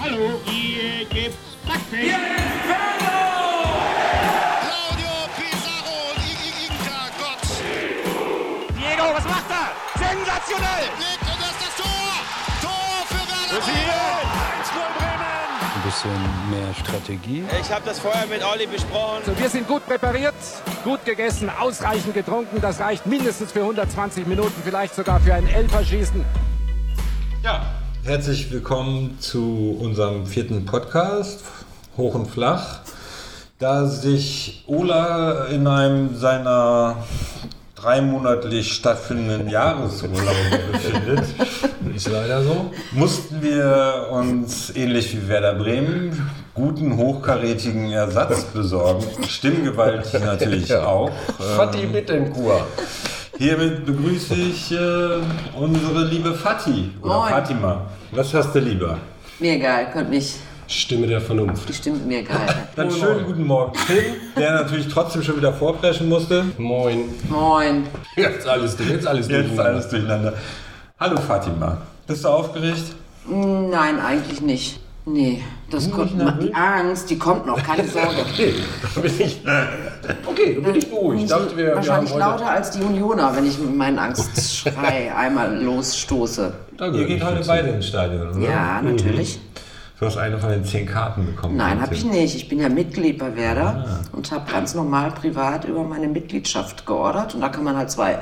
Hallo, hier gibt's Backpech. Claudio Pizarro, Inka, Gott, Diego, was macht er? Sensationell! legt und das ist das Tor! Tor für Werder Bremen! ein bisschen mehr Strategie. Ich habe das vorher mit Olli besprochen. Wir sind gut präpariert, gut gegessen, ausreichend getrunken. Das reicht mindestens für 120 Minuten, vielleicht sogar für ein Elferschießen. Herzlich willkommen zu unserem vierten Podcast, Hoch und Flach. Da sich Ola in einem seiner dreimonatlich stattfindenden Jahresurlaube befindet, Ist leider so. mussten wir uns ähnlich wie Werder Bremen guten, hochkarätigen Ersatz besorgen. Stimmgewaltig natürlich auch. Fatih Ähm, Bittenkur. Hiermit begrüße ich äh, unsere liebe Fatih oder Moin. Fatima. Was hast du lieber? Mir egal, könnt mich. Stimme der Vernunft. Bestimmt mir egal. Dann schönen guten Morgen, Tim, der natürlich trotzdem schon wieder vorpreschen musste. Moin. Moin. Jetzt alles, jetzt alles Jetzt durcheinander. alles durcheinander. Hallo Fatima, bist du aufgeregt? Nein, eigentlich nicht. Nee, das kommt noch. Die Angst, die kommt noch, keine Sorge. Okay, da bin ich, okay, da bin ich ruhig. Ich dachte, wir, wir haben Wahrscheinlich heute... lauter als die Unioner, wenn ich mit meinem Angstschrei einmal losstoße. Da Ihr gehört geht nicht heute dazu. beide ins Stadion, oder? Ja, Mhm. natürlich. Du hast eine von den zehn Karten bekommen. Nein, habe Tim. ich nicht. Ich bin ja Mitglied bei Werder Ah. und habe ganz normal privat über meine Mitgliedschaft geordert. Und da kann man halt zwei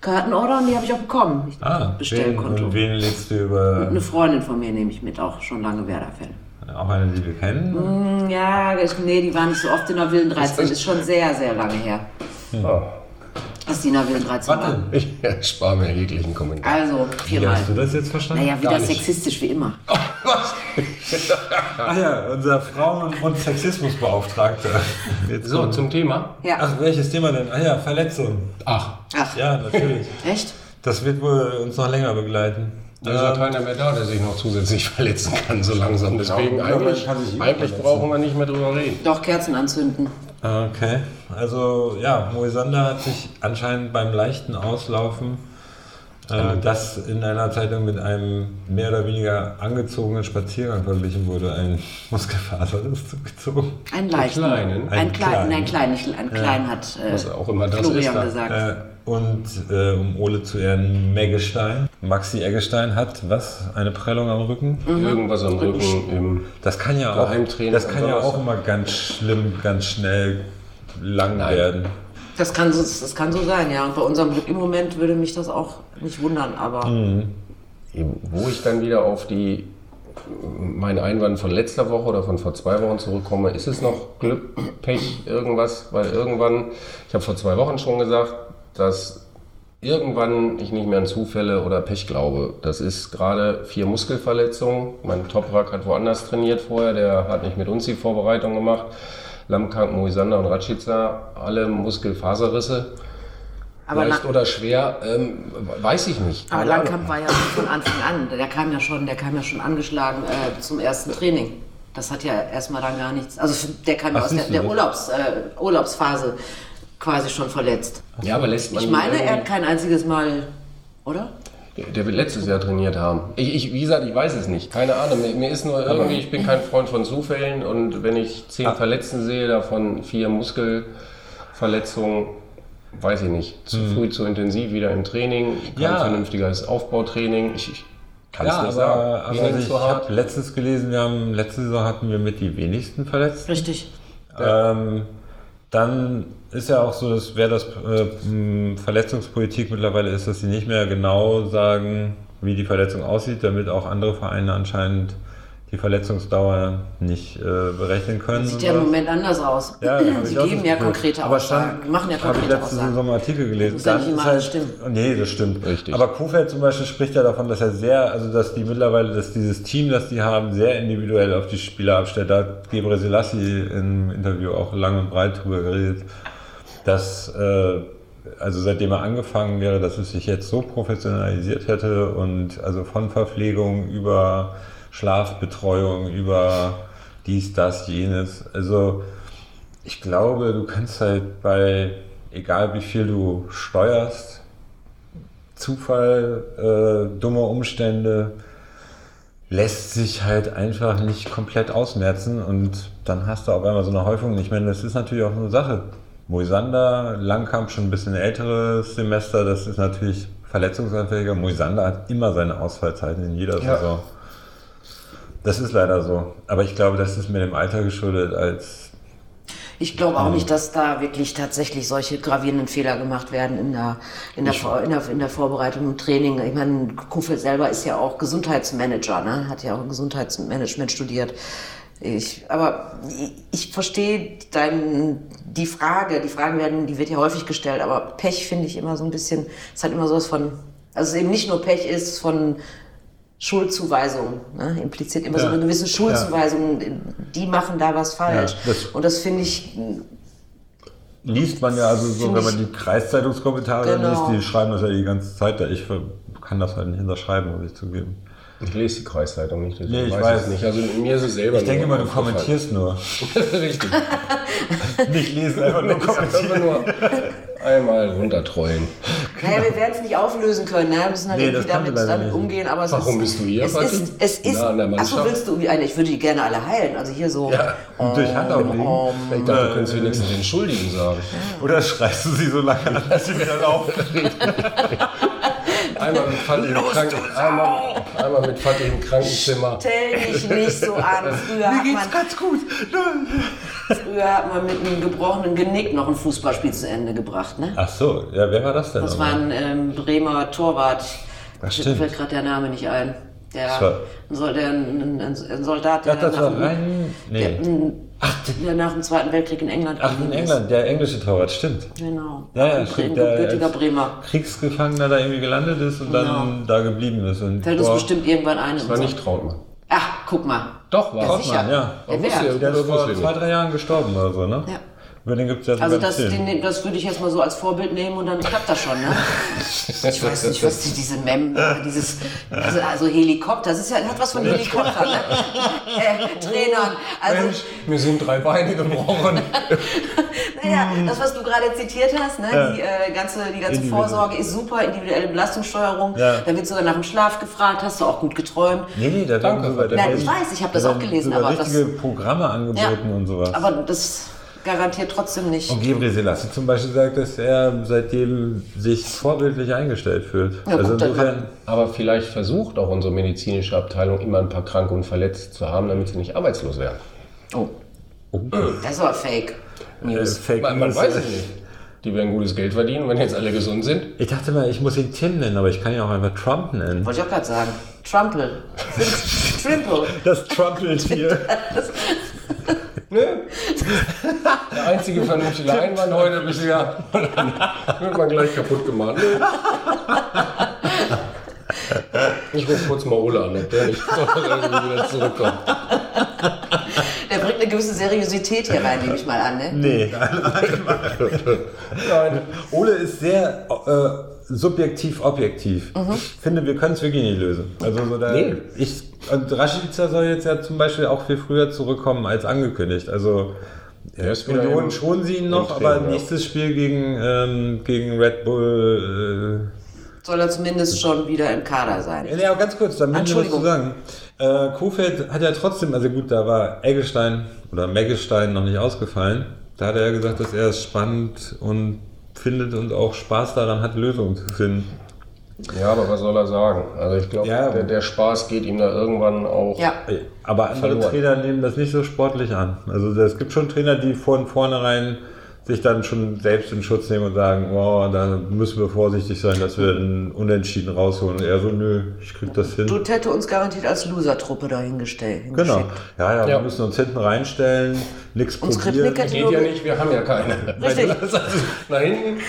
Karten ordern, die habe ich auch bekommen. Ich Ah, wen, Bestellkonto. und wen legst du über Eine Freundin von mir nehme ich mit, auch schon lange Werder-Fan. auch eine, die wir kennen? Mhm. Ja, ich, nee, die waren nicht so oft in der Willen 13. Ist schon sehr, sehr lange her, halt- Ah, dass die in der Willen 13 waren. Ich erspare mir jeglichen Kommentar. Also, Wie viermal. hast du das jetzt verstanden? Naja, Gar wieder nicht. Oh. sexistisch wie immer. Was? Ah ja, unser Frauen- und Sexismusbeauftragter. Jetzt So, kommt- zum Thema. Ja. Ach, welches Thema denn? Ah ja, Verletzung. Ach, Ach, Ja, natürlich. echt? Das wird wohl uns noch länger begleiten. da ist ja Ähm, keiner mehr da, der sich noch zusätzlich verletzen kann, so langsam. Deswegen Ja, man eigentlich, kann sich immer eigentlich verletzen. brauchen wir nicht mehr drüber reden. Doch, Kerzen anzünden. Okay, also ja, Moisander hat sich anscheinend beim leichten Auslaufen, äh, das in einer Zeitung mit einem mehr oder weniger angezogenen Spaziergang verglichen wurde, ein Muskelfaser ist zugezogen. Ein leichten. Kleinen. Ein, Ein klein, kleinen. nein, klein, nicht, ein klein hat äh, Was auch immer das ist. Florian Da. gesagt. Äh, und äh, um Ole zu ehren, Meggestein. Maxi Eggestein hat was? Eine Prellung am Rücken? Irgendwas am Rücken. Im Das kann ja auch, Geheimtraining das kann Mhm. oder ja was? auch immer ganz schlimm, ganz schnell lang werden. Das, kann so, das kann so sein, ja. Und bei unserem Glück im Moment würde mich das auch nicht wundern, aber Hm. Eben, wo ich dann wieder auf die meinen Einwand von letzter Woche oder von vor zwei Wochen zurückkomme, ist es noch Glück, Pech, irgendwas? Weil irgendwann, ich habe vor zwei Wochen schon gesagt, dass irgendwann ich nicht mehr an Zufälle oder Pech glaube. Das ist gerade vier Muskelverletzungen. Mein Toprak hat woanders trainiert vorher, der hat nicht mit uns die Vorbereitung gemacht. Lamkank, Moisander und Ratschitsa, alle Muskelfaserrisse. Aber Leicht Lang- oder schwer, ähm, weiß ich nicht. Aber Keine Ahnung. Langkamp war ja von Anfang an, der kam ja schon, der kam ja schon angeschlagen äh, zum ersten Training. Das hat ja erstmal dann gar nichts. Also der kam ja Ach, aus der, siehst du der das? Urlaubs, äh, Urlaubsphase quasi schon verletzt. Ja, aber lässt man Ich ihn meine, er irgendwie- hat kein einziges Mal, oder? Der wird letztes Jahr trainiert haben. Ich, ich, wie gesagt, ich weiß es nicht. Keine Ahnung. Mir, mir ist nur irgendwie, ich bin kein Freund von Zufällen und wenn ich zehn Ah. Verletzten sehe, davon vier Muskelverletzungen, weiß ich nicht. Zu früh, zu intensiv wieder im Training, kein Mhm. Ja. vernünftiges Aufbautraining. Ich, ich kann es Ja, nicht aber, sagen. aber Mir ging's Also ich so hart. habe letztens gelesen, wir haben, letzte Saison hatten wir mit die wenigsten Verletzten. Richtig. Ähm, dann ist ja auch so, dass wer das äh, m, Verletzungspolitik mittlerweile ist, dass sie nicht mehr genau sagen, wie die Verletzung aussieht, damit auch andere Vereine anscheinend die Verletzungsdauer nicht äh, berechnen können. Sieht ja im Moment anders aus. hab Sie ich auch geben das ja Gefühl. konkrete aber Aussagen. Die machen ja Habe ich konkrete letztens in so Aussagen. einem Artikel gelesen. Muss ja nicht immer ist halt, alles stimmen. Nee, das stimmt. Richtig. Aber Kofeld zum Beispiel spricht ja davon, dass er sehr, also dass die mittlerweile, dass dieses Team, das die haben, sehr individuell auf die Spieler abstellt. Da hat Gebre Selassie im Interview auch lang und breit drüber geredet, dass, äh, also seitdem er angefangen wäre, dass es sich jetzt so professionalisiert hätte und also von Verpflegung über Schlafbetreuung, über dies, das, jenes. Also ich glaube, du kannst halt bei, egal wie viel du steuerst, Zufall, äh, dumme Umstände, lässt sich halt einfach nicht komplett ausmerzen und dann hast du auf einmal so eine Häufung. Ich meine, das ist natürlich auch so eine Sache. Moisander, Langkamp schon ein bisschen älteres Semester, das ist natürlich verletzungsanfälliger. Moisander hat immer seine Ausfallzeiten in jeder Ja. Saison. Das ist leider so. Aber ich glaube, das ist mir dem Alter geschuldet als Ich glaube auch nicht, dass da wirklich tatsächlich solche gravierenden Fehler gemacht werden in der, in der, Vor- in der, in der Vorbereitung und Training. Ich meine, Kofeld selber ist ja auch Gesundheitsmanager, ne? hat ja auch Gesundheitsmanagement studiert. Ich, aber ich- ich verstehe dein, die Frage, die Fragen werden, die wird ja häufig gestellt, aber Pech finde ich immer so ein bisschen, es hat immer sowas von, also es eben nicht nur Pech ist von Schuldzuweisung, ne? impliziert immer so Ja. eine gewisse Ja. Schuldzuweisung, die machen da was falsch. das- und das finde ich liest man ja also so, Finde wenn man ich- die Kreiszeitungskommentare Genau. liest, die schreiben das ja die ganze Zeit da. Ich ver- kann das halt nicht hinterschreiben, muss ich zugeben. Ich lese die Kreisleitung nicht, deswegen Nee, ich ich's weiß. nicht. Also mir ist es selber Ich denke nur mal, du aufgefallen. kommentierst nur. Richtig. Nicht lesen, einfach nur Einfach kommentieren. nur einmal runtertrollen. Naja, wir werden es nicht auflösen können. Ne? Wir müssen halt Genau. Nee, irgendwie das kann damit, man leider damit nicht. umgehen. Aber es Warum ist, bist du hier, Es Patrick? ist, es ist, Na, an der achso, Mannschaft? willst du eine? Ich würde die gerne alle heilen. Also hier so. Ja. Und durch Hand auflegen. Ich dachte, du könntest wenigstens entschuldigen sagen. Oder schreist du sie so lange an, dass sie wieder laufen? Einmal mit Fatih im, Kranken einmal, einmal mit Fatih im Krankenzimmer. Stell dich nicht so an. Früher hat, man, ganz gut. früher hat man mit einem gebrochenen Genick noch ein Fußballspiel zu Ende gebracht. Ne? Ach so, ja, wer war das denn? Das war nochmal? ein ähm, Bremer Torwart. Das Mir stimmt. fällt gerade der Name nicht ein. Das Der, war- ein Sol- der ein, ein, ein Soldat, der, Ach, das nach war dem- ein. der, Nee. m, der nach dem Zweiten Weltkrieg in England Ach, in geblieben ist. England, der englische Torwart, stimmt. Genau. Ja, ja, ein stimmt. Der gebürtiger als Bremer. Kriegsgefangener da irgendwie gelandet ist und dann da geblieben ist. Und Fällt uns boah, bestimmt irgendwann ein. War nicht Trautmann. Ach, guck mal. Doch, war Ja, Trautmann. sicher. ja. Der Wusste wär. ja. Der ist vor Wusste ich zwei, nicht. drei Jahren gestorben oder so, ne? Ja. Über den gibt es ja sogar Also das, einen Film. den, das würde ich jetzt mal so als Vorbild nehmen und dann klappt das schon, ne? Ich weiß nicht, was die, diese Mem, dieses, diese, also Helikopter, das ist ja, hat was von Helikopter, ne? äh, Trainern. Also, Mensch, mir sind drei Beine gebrochen. naja, das, was du gerade zitiert hast, ne? die, äh, ganze, die ganze Individuell. Vorsorge ist super, individuelle Belastungssteuerung, Ja. da wird sogar nach dem Schlaf gefragt, hast du auch gut geträumt. Nee, nee, da werden Danke. sogar da Nein, ich werden- weiß, ich hab das da auch werden gelesen, sogar aber das- richtige Programme angeboten und sowas. Aber das garantiert trotzdem nicht. Und Gebre Selassie zum Beispiel sagt, dass er seitdem sich vorbildlich eingestellt fühlt. Ja, also guck, da- insofern, Aber vielleicht versucht auch unsere medizinische Abteilung immer ein paar Kranke und Verletzte zu haben, damit sie nicht arbeitslos werden. Oh. Das ist aber fake. äh, Fake Man, man News. weiß es nicht. Die werden gutes Geld verdienen, wenn jetzt alle gesund sind. Ich dachte mal, ich muss ihn Tim nennen, aber ich kann ihn auch einfach Trump nennen. Wollte ich auch gerade sagen. Trumpel. Trimple. Das trumpelt hier. Ne? Der einzige vernünftige Einwand heute bisher. Und dann wird man gleich kaputt gemacht. Ne? Ich rufe kurz mal Ole an, ob der nicht doch irgendwie wieder zurückkommt. Der bringt eine gewisse Seriosität hier rein, nehme ich mal an. Ne? Nee. Nein. Ole ist sehr äh, subjektiv objektiv. Ich finde, wir können es wirklich nicht lösen. Also so da, Nee. ich und Rashica soll jetzt ja zum Beispiel auch viel früher zurückkommen als angekündigt. Also Er ist wieder Millionen im- schonen sie ihn noch, im Training, aber ja. nächstes Spiel gegen, ähm, gegen Red Bull. Äh, Soll er zumindest schon wieder im Kader sein. Ja, ganz kurz, da möchte ich was zu sagen. Entschuldigung. Äh, Kofeld hat ja trotzdem, also gut, da war Eggestein oder Meggestein noch nicht ausgefallen. Da hat er ja gesagt, dass er es spannend und findet und auch Spaß daran hat, Lösungen zu finden. Ja, aber was soll er sagen? Also ich glaube, Ja. der, der Spaß geht ihm da irgendwann auch. Ja. Äh, Aber andere Verloren. Trainer nehmen das nicht so sportlich an. Also es gibt schon Trainer, die von vornherein sich dann schon selbst in Schutz nehmen und sagen, oh, da müssen wir vorsichtig sein, dass wir einen Unentschieden rausholen. Und er so, nö, ich krieg das hin. Dutt hätte uns garantiert als Loser-Truppe dahingestellt. Genau. hingeschickt. Ja, ja, wir Ja. müssen uns hinten reinstellen, nichts Uns probieren. Kritik hätte Geht ja nur. nicht, wir haben ja keine. Also, Richtig. Nach hinten.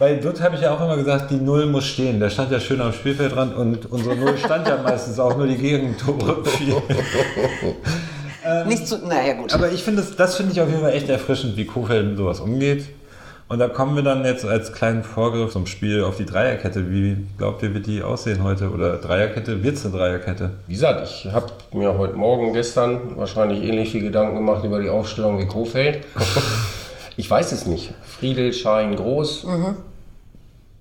Weil dort habe ich ja auch immer gesagt, die Null muss stehen. Der stand ja schön am Spielfeldrand und unsere Null stand ja meistens auch nur die Gegentore. fielen. Nicht zu. Naja, gut. Aber ich finde, das, das finde ich auf jeden Fall echt erfrischend, wie Kofeld mit sowas umgeht. Und da kommen wir dann jetzt als kleinen Vorgriff zum Spiel auf die Dreierkette. Wie glaubt ihr, wird die aussehen heute? Oder Dreierkette? Wird es eine Dreierkette? Wie gesagt, ich habe mir heute Morgen, gestern wahrscheinlich ähnlich viel Gedanken gemacht über die Aufstellung wie Kofeld. ich weiß es nicht. Friedel, Schein, Groß. Mhm.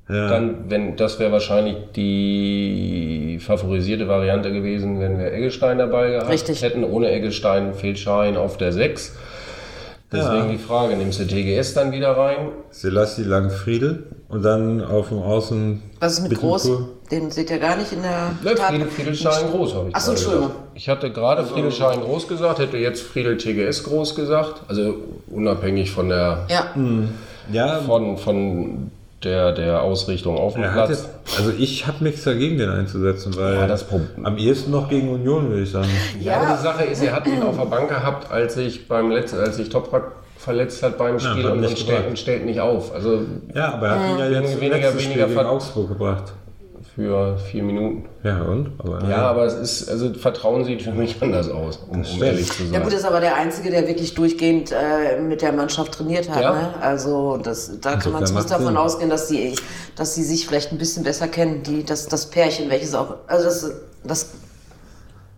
Ja. Dann, wenn, das wäre wahrscheinlich die favorisierte Variante gewesen, wenn wir Eggestein dabei gehabt Richtig. hätten. Ohne Eggestein fehlt Schein auf der 6. Deswegen Ja. die Frage, nimmst du TGS dann wieder rein? Selassie Langfriedel und dann auf dem Außen. Was ist mit Bittenkur- groß? Den seht ihr gar nicht in der Ne, Tat- Friedel, Friedel Schein groß, habe ich Ach so, gerade Entschuldigung. Also- gesagt. Ich hatte gerade Friedel Schein groß gesagt, hätte jetzt Friedel TGS groß gesagt. Also unabhängig von der, Ja, Ja, von, von der, der Ausrichtung auf dem er hat Platz. jetzt, also ich habe nichts dagegen, den einzusetzen, weil Ja, das Problem- am ehesten noch gegen Union, würde ich sagen. Ja, aber die Sache ist, er hat ihn auf der Bank gehabt, als ich beim letzten, als ich Toprak verletzt hat beim Spiel hat und nicht man stellt, gebracht. und stellt nicht auf. Also Ja, aber er hat ihn ja jetzt im Weniger- letzten Spiel weniger gegen Ver- Augsburg gebracht. für vier Minuten. Ja, und? Aber, Ja, aber es ist, also Vertrauen sieht für mich anders aus, um, um stimmt. ehrlich zu ja sein. gut, ist aber der Einzige, der wirklich durchgehend äh, mit der Mannschaft trainiert hat. Ja. Ne? Also das, da kann man macht's zumindest davon Sinn. ausgehen, dass die, dass sie sich vielleicht ein bisschen besser kennen. Die, das, das Pärchen, welches auch, also das, das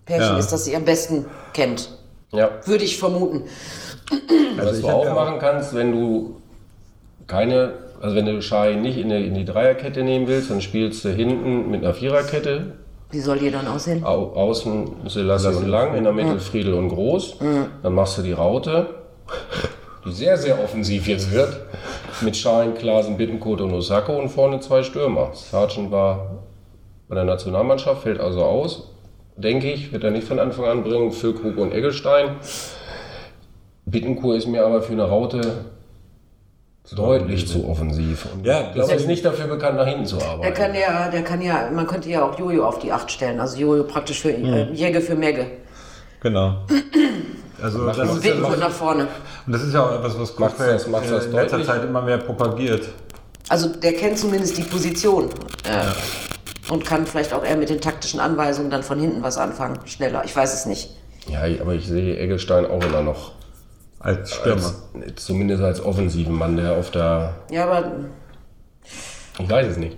Pärchen Ja. ist, das sie am besten kennt. ja. Würde ich vermuten. Also Was ich du hab auch ja- machen kannst, wenn du keine, also wenn du Schein nicht in die, in die Dreierkette nehmen willst, dann spielst du hinten mit einer Viererkette, Wie soll die dann aussehen? au außen Selassie und Lang, in der Mitte Friedel und Groß. Dann machst du die Raute, die sehr, sehr offensiv jetzt wird, mit Schein, Klasen, Bittenkot und Osako und vorne zwei Stürmer. Sargent war bei der Nationalmannschaft, fällt also aus. Denke ich, wird er nicht von Anfang an bringen, Füllkrug und Eggestein. Bittenkur ist mir aber für eine Raute deutlich zu offensiv. Und Ja, ich glaube, er ist nicht dafür bekannt, nach hinten zu arbeiten. Der kann ja, der kann ja, man könnte ja auch Jojo auf die Acht stellen. Also Jojo praktisch für Hm. äh, Jäge für Megge. Genau. Also das ist, ja, Witten wird und nach vorne. das ist ja auch etwas, was Macht's Koch jetzt das- macht's äh, das in letzter deutlich? Zeit immer mehr propagiert. Also der kennt zumindest die Position. Äh, Und kann vielleicht auch eher mit den taktischen Anweisungen dann von hinten was anfangen. Schneller, ich weiß es nicht. Ja, aber ich sehe Eggestein auch immer noch Als Stürmer. als, zumindest als offensiven Mann, der auf der. Ja, aber Ich weiß es nicht.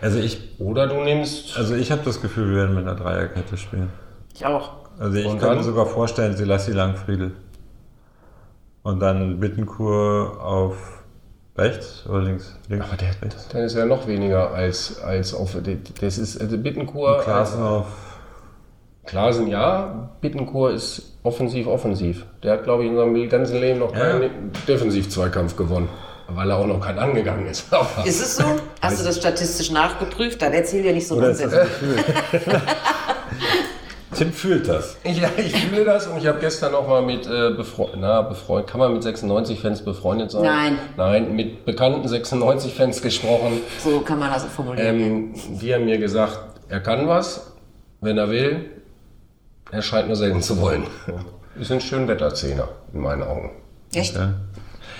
Also ich, Oder du nimmst. also ich habe das Gefühl, wir werden mit einer Dreierkette spielen. ich auch. Also ich Und kann mir dann? sogar vorstellen, Selassie Langfriedel. Und dann Bittenkur auf rechts oder links? links Aber der, rechts. dann ist er noch weniger als, als auf. Das ist. Also Bittenkur. Klaassen auf. Klaasen ja. Bittenkur ist offensiv, offensiv. Der hat, glaube ich, in seinem ganzen Leben noch Ja. keinen Defensiv-Zweikampf gewonnen. Weil er auch noch kein angegangen ist. Aber Ist es so? Hast du das statistisch nachgeprüft? Dann erzähl dir nicht so Oder ist das Unsinn. ein Gefühl? Tim fühlt das. ich, ich fühle das und ich habe gestern noch mal mit äh, befreundet. Na, befreundet. Kann man mit 96-Fans befreundet sein? Nein. Nein, mit bekannten 96-Fans gesprochen. So kann man das formulieren. Ähm, die haben mir gesagt, er kann was, wenn er will. Er scheint nur selten zu wollen. Ist ein schön Wetterzehner in meinen Augen. Echt? Ja.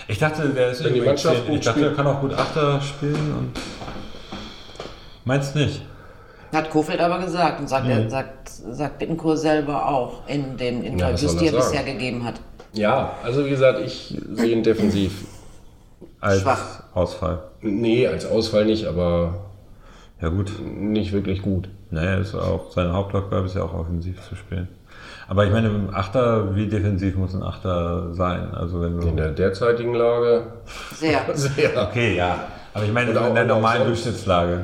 Ich dachte, der ist die irgendwie Mannschaft zehn. gut Ich dachte, spielt. der kann auch gut Achter spielen und. Meinst nicht? Hat Kofeld aber gesagt und sagt, er sagt, sagt Bittenkur selber auch in den Interviews, soll die er er bisher sagen? gegeben hat. Ja, also wie gesagt, ich sehe ihn defensiv. Als Schwach. Ausfall. Nee, als Ausfall nicht, aber Ja gut. nicht wirklich gut. Naja, ist auch seine Hauptaufgabe ist ja auch offensiv zu spielen. Aber ich meine, im Achter, wie defensiv muss ein Achter sein? Also wenn In du. der derzeitigen Lage Sehr. sehr. Okay, ja. Aber ich meine, Oder in der Also auch- oder auch normalen sonst. Durchschnittslage.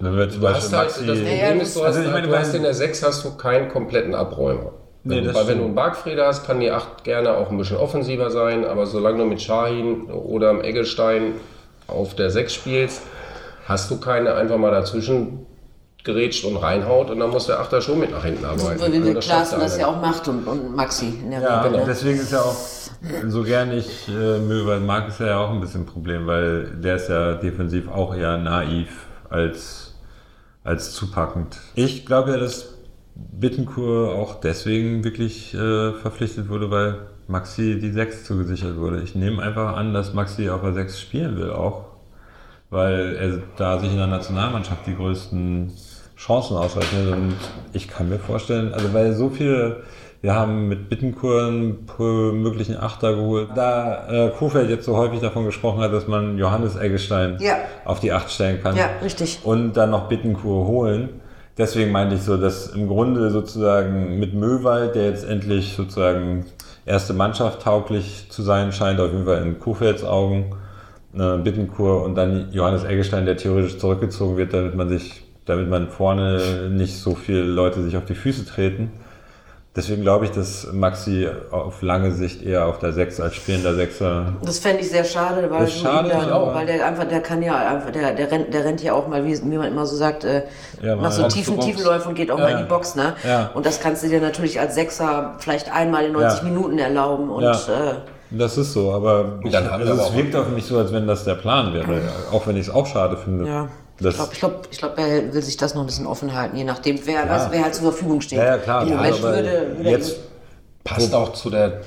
Wenn wir zum Du hast Beispiel halt, das Maxi, Problem Ja, ja, ist, du, also hast, ich meine, halt, du bei- hast in der 6 hast du keinen kompletten Abräumer. Nee, Wenn, du, das weil wenn du stimmt. einen Barkfrieder hast, kann die 8 gerne auch ein bisschen offensiver sein, aber solange du mit Shahin oder am Eggestein auf der 6 spielst, hast du keine einfach mal dazwischen gerätscht und reinhaut und dann muss der Achter schon mit nach hinten arbeiten. So wie Also mit das schafft Klaassen er das ja alleine. auch macht und, und Maxi in der Ja, genau. Regel. Ne? deswegen ist ja auch, so gern ich äh, Möwe mag, ist er ja auch ein bisschen ein Problem, weil der ist ja defensiv auch eher naiv als, als zupackend. Ich glaube ja, dass Bittenkur auch deswegen wirklich äh, verpflichtet wurde, weil Maxi die 6 zugesichert wurde. Ich nehme einfach an, dass Maxi auf der 6 spielen will auch, weil er da sich in der Nationalmannschaft die größten Chancen ausrechnet. Und ich kann mir vorstellen, also weil so viele, wir haben mit Bittenkuren möglichen Achter geholt. Da äh, Kofeld jetzt so häufig davon gesprochen hat, dass man Johannes Eggestein Ja. auf die Acht stellen kann Ja, richtig. und dann noch Bittenkur holen. Deswegen meinte ich so, dass im Grunde sozusagen mit Möwald, der jetzt endlich sozusagen erste Mannschaft tauglich zu sein scheint, auf jeden Fall in Kofelds Augen, äh, Bittenkur und dann Johannes Eggestein, der theoretisch zurückgezogen wird, damit man sich, damit man vorne nicht so viele Leute sich auf die Füße treten. Deswegen glaube ich, dass Maxi auf lange Sicht eher auf der 6 als spielender Sechser. Das fände ich sehr schade, weil, Das ist schade, der, ich auch. weil der einfach, der kann ja einfach, der, der, rennt, der rennt ja auch mal, wie, wie man immer so sagt, äh, Ja, mal macht so Box zu tiefen, Box. tiefen Läufe und geht auch mal in die Box, ne? Ja. Und das kannst du dir natürlich als Sechser vielleicht einmal in 90 Ja. Minuten erlauben und Ja. äh, Das ist so, aber ich, Dann haben wir also aber es auch- wirkt auf mich so, als wenn das der Plan wäre. Auch wenn ich es auch schade finde. Ja. Das, Ich glaube, ich glaub, ich glaub, er will sich das noch ein bisschen offen halten, je nachdem, wer, was, wer halt zur Verfügung steht. ja, ja, klar. Im Moment aber würde, würde jetzt, Passt auch zu der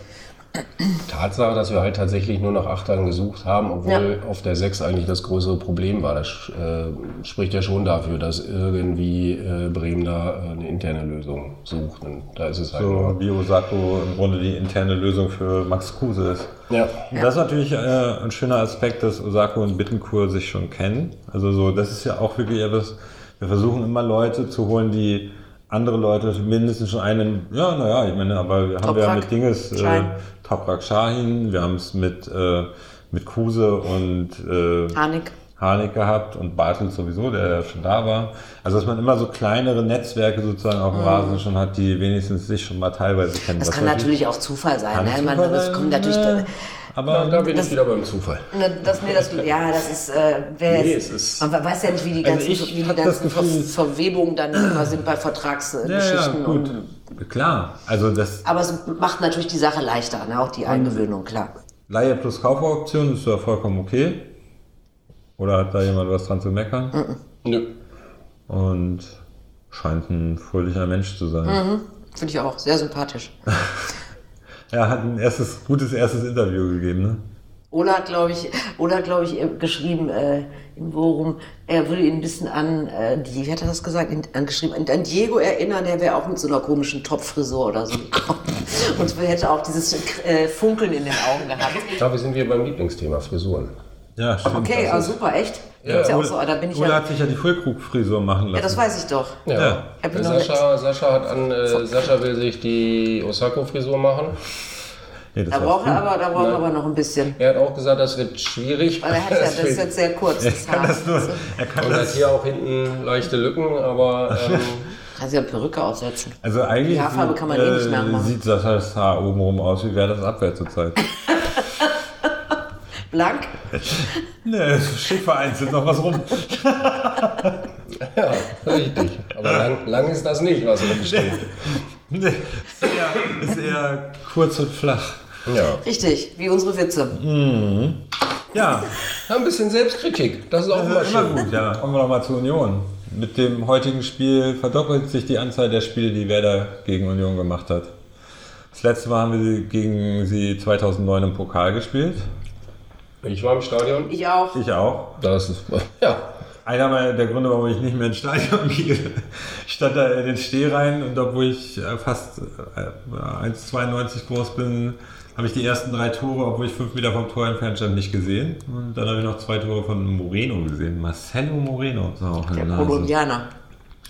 Tatsache, dass wir halt tatsächlich nur nach Achtern gesucht haben, obwohl auf der Sechs eigentlich das größere Problem war. Das äh, spricht ja schon dafür, dass irgendwie äh, Bremen da äh, eine interne Lösung sucht. Und da ist es halt so nur. wie Osako äh, im Grunde die interne Lösung für Max Kruse ist. Ja. Und Das ist natürlich äh, ein schöner Aspekt, dass Osako und Bittenkur sich schon kennen. Also so, das ist ja auch wirklich etwas, wir versuchen immer Leute zu holen, die andere Leute mindestens schon einen, ja, naja, ich meine, aber wir haben wir ja Toprak, mit Dinges äh, Schein. Toprak Shahin, wir haben es mit, äh, mit Kruse und äh, Harnik. Harnik gehabt und Bartels sowieso, der ja schon da war. Also dass man immer so kleinere Netzwerke sozusagen auf dem Rasen schon hat, die wenigstens sich schon mal teilweise kennen. Mhm. Das Was kann weiß ich. natürlich auch Zufall sein. Ne? Kann Man, Zufall das sein, kommt natürlich. äh, Da, Aber da bin ich wieder beim Zufall. Ne, dass mir das, ja, das ist, äh, wer Nee, ist, es ist- man weiß ja nicht, wie die Also ganzen, ich wie die hab das ganzen Ver Gefühl- Verwebungen dann immer sind bei ja, Vertragsgeschichten. ja, gut. und, äh, Klar, also das aber es macht natürlich die Sache leichter, ne? auch die Eingewöhnung, klar. Laie plus Kaufoption ist ja vollkommen okay. Oder hat da jemand was dran zu meckern? Nö. Und scheint ein fröhlicher Mensch zu sein. Mhm. Finde ich auch sehr sympathisch. Er hat ein erstes, gutes erstes Interview gegeben, ne? Ola hat, glaube ich, Ola hat, glaube ich, äh, geschrieben äh, im Forum, er würde ihn ein bisschen an, äh, die- wie hat er das gesagt, In- an, geschrieben, an, an Diego erinnern, der wäre auch mit so einer komischen Topfrisur oder so gekommen. Und hätte auch dieses äh, Funkeln in den Augen gehabt. Dafür sind wir beim Lieblingsthema Frisuren. Ja, stimmt. Okay, das also ist- super, echt? Gibt's ja, auch so, Ulla- da bin ich Ulla ja, hat sich ja die Füllkrug-Frisur machen lassen. ja, das weiß ich doch. Ja. Äh, Ja. Hab ich noch Sascha, Sascha hat an, äh, Sascha will sich die Osako-Frisur machen. Nee, das Da war braucht früh. er aber, da braucht er aber noch ein bisschen. Er hat auch gesagt, das wird schwierig. Weil er hat ja, das ist Deswegen- jetzt sehr kurz, das Kann Haar. das nur, er kann Und hat das, hier auch hinten leichte Lücken, aber ähm, Kannst ja eine Perücke aufsetzen. also eigentlich äh, Die Haarfarbe kann man eh nicht nachmachen. sieht das, das Haar obenrum aus, wie wäre das abwärts zur Zeit. Blank? ne, schick vereinzelt noch was rum. ja, richtig. Aber lang, lang ist das nicht, was rumsteht. Nee, ist, eher, ist eher kurz und flach. Ja. Richtig, wie unsere Witze. Ja, Ja, Ein bisschen Selbstkritik, das ist auch immer das ist immer schön. gut, ja. Kommen wir nochmal zur Union. Mit dem heutigen Spiel verdoppelt sich die Anzahl der Spiele, die Werder gegen Union gemacht hat. Das letzte Mal haben wir sie gegen sie 2009 im Pokal gespielt. Ich war im Stadion. Ich auch. Ich auch. Das ist, ja. Einer meiner- der Gründe, warum ich nicht mehr ins Stadion gehe. Ich stand da in den Stehreihen und obwohl ich äh, fast äh, 1,92 groß bin, habe ich die ersten drei Tore, obwohl ich fünf Meter vom Tor entfernt stand, nicht gesehen. Und dann habe ich noch zwei Tore von Moreno gesehen. Marcelo Moreno. So, auch eine Nase. Kolumbianer.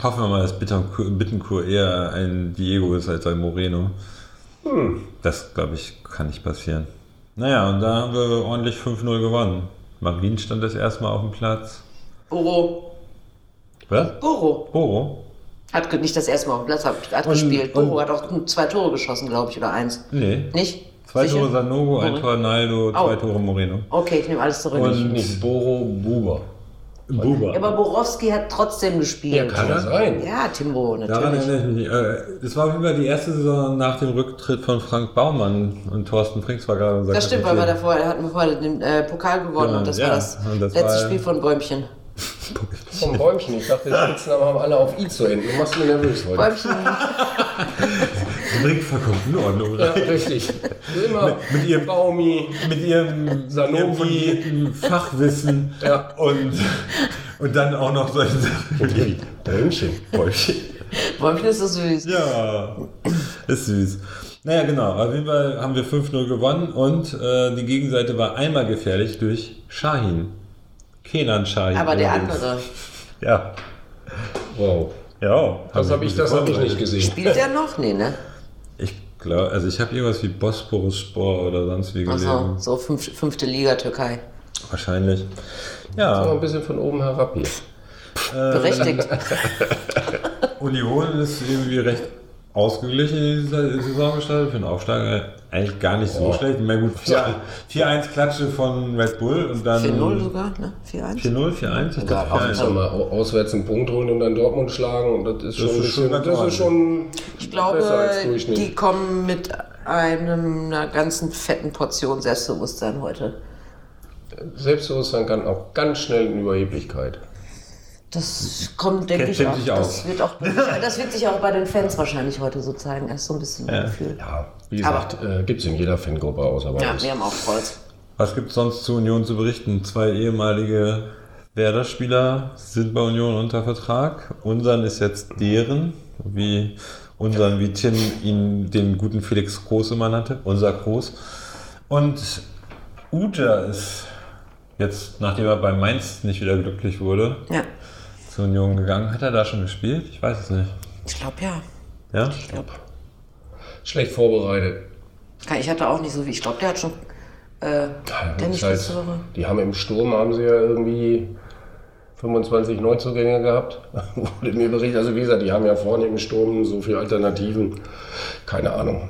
Hoffen wir mal, dass Bittenkur, Bittenkur eher ein Diego ist als ein Moreno. Das, glaube ich, kann nicht passieren. Naja, und da haben wir ordentlich 5-0 gewonnen. Marin stand das erste Mal auf dem Platz. Goro. Was? Goro. Boro? Hat ge- nicht das erste Mal auf dem Platz hat, hat Und- gespielt. und- Goro hat auch zwei Tore geschossen, glaube ich, oder eins. Nee. Nicht? Zwei Sicher? Tore Sanogo, ein Moreno. Tor Naldo, zwei Au. Tore Moreno. Okay, ich nehme alles zurück. Und- Nicht Boro Buba. Buba. Aber Borowski hat trotzdem gespielt. Kann das sein? Ja, Timbo, Daran natürlich. erinnere ich mich nicht. Äh, Es war wie bei die erste Saison nach dem Rücktritt von Frank Baumann und Thorsten Frings war gerade unser Das stimmt, weil wir Kapitän. davor hatten wir vorher den äh, Pokal gewonnen Ja, und das ja, war das, und das letzte war- Spiel von Bäumchen. Vom Bäumchen. Ich dachte, die Spitznamen haben alle auf I zu enden. Du machst mich nervös heute. Bäumchen, Bringt vollkommen in Ordnung, Ja, oder? richtig. Immer Mit ihrem- Baumi. Mit ihrem, Sanogo. ihrem fundierten Fachwissen Ja. und, und dann auch noch solche Sachen. wie Bäumchen. Bäumchen. Bäumchen ist so süß. Ja, ist süß. Naja, genau. Auf jeden Fall haben wir 5-0 gewonnen und äh, die Gegenseite war einmal gefährlich durch Shahin. Kenan Shahin. Aber der übrigens. andere, Ja. Wow. Ja. Das habe ich, das hab ich nicht gesehen. spielt der noch? Nee, ne? Ich glaube, also ich habe irgendwas wie Bosporus Spor oder sonst wie gelesen. Also, so fünf, fünfte Liga Türkei. Wahrscheinlich. Mal Ja, ein bisschen von oben herab hier. Berechtigt. Union ist irgendwie recht ausgeglichen in dieser Saison gestartet. Für einen Aufsteiger eigentlich gar nicht so schlecht. Na gut, 4-1 Klatsche von Red Bull und dann 4-0 sogar, ne? 4-1. 4-0, 4-1. Ich glaube, Ja, 4-1. Sag mal, au- auswärts einen Punkt holen und dann Dortmund schlagen, das ist schon, ist ein schon bisschen, ganz das ist schon Ich besser als glaube, Durchschnitt. die kommen mit einem, einer ganzen fetten Portion Selbstbewusstsein heute. Selbstbewusstsein kann auch ganz schnell in Überheblichkeit. Das kommt, denke ich, Kennt auch. sich Das, wird auch das wird sich auch bei den Fans wahrscheinlich heute so zeigen. Erst so ein bisschen mein Gefühl. Ja, wie gesagt, äh, gibt es in jeder Fangruppe außer bei Ja, uns. wir haben auch Kreuz. Was gibt es sonst zu Union zu berichten? Zwei ehemalige Werder-Spieler sind bei Union unter Vertrag. Unsern ist jetzt deren, wie unseren, wie Tim ihn den guten Felix Großemann hatte, unser Groß. Und Uta ist jetzt, nachdem er bei Mainz nicht wieder glücklich wurde, Ja, zu Union gegangen. Hat er da schon gespielt? Ich weiß es nicht. ich glaube ja. Ja? Ich glaube. Schlecht vorbereitet. Ich hatte auch nicht so wie. Ich glaube, der hat schon. Äh, Ja, der ist nicht halt, letzte Woche. die haben im Sturm haben sie ja irgendwie 25 Neuzugänge gehabt, wurde mir berichtet. Also wie gesagt, die haben ja vorne im Sturm so viele Alternativen. Keine Ahnung.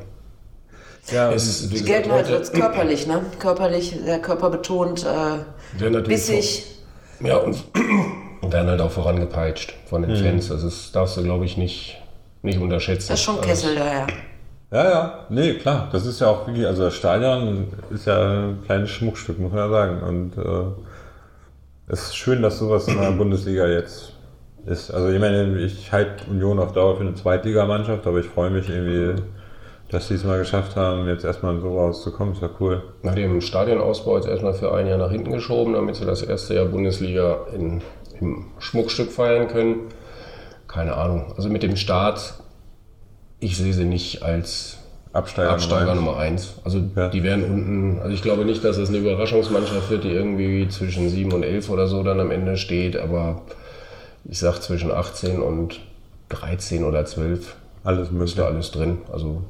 Ja, Es, wie Die gesagt, gelten heute heute als körperlich, ne? Körperlich, sehr körperbetont, äh, werden natürlich bissig. vor- Ja, und werden halt auch vorangepeitscht von den Fans. Also das darfst du, glaube ich, nicht, nicht unterschätzen. Also, Das ist schon Kessel daher. Ja, ja, nee, klar. Das ist ja auch wirklich, also das Stadion ist ja ein kleines Schmuckstück, muss man ja sagen. Und äh, es ist schön, dass sowas in der Bundesliga jetzt ist. Also ich meine, ich halte Union auf Dauer für eine Zweitligamannschaft, aber ich freue mich irgendwie, dass sie es mal geschafft haben, jetzt erstmal so rauszukommen. Ist ja cool. Nach dem Stadionausbau jetzt erstmal für ein Jahr nach hinten geschoben, damit sie das erste Jahr Bundesliga in, im Schmuckstück feiern können. Keine Ahnung. Also mit dem Start, ich sehe sie nicht als Absteiger. Absteiger Nummer eins. Nummer 1. Also Ja. die werden unten, also ich glaube nicht, dass es eine Überraschungsmannschaft wird, die irgendwie zwischen 7 und 11 oder so dann am Ende steht, aber ich sag zwischen 18 und 13 oder 12 Alles ist da mögliche. alles drin. Also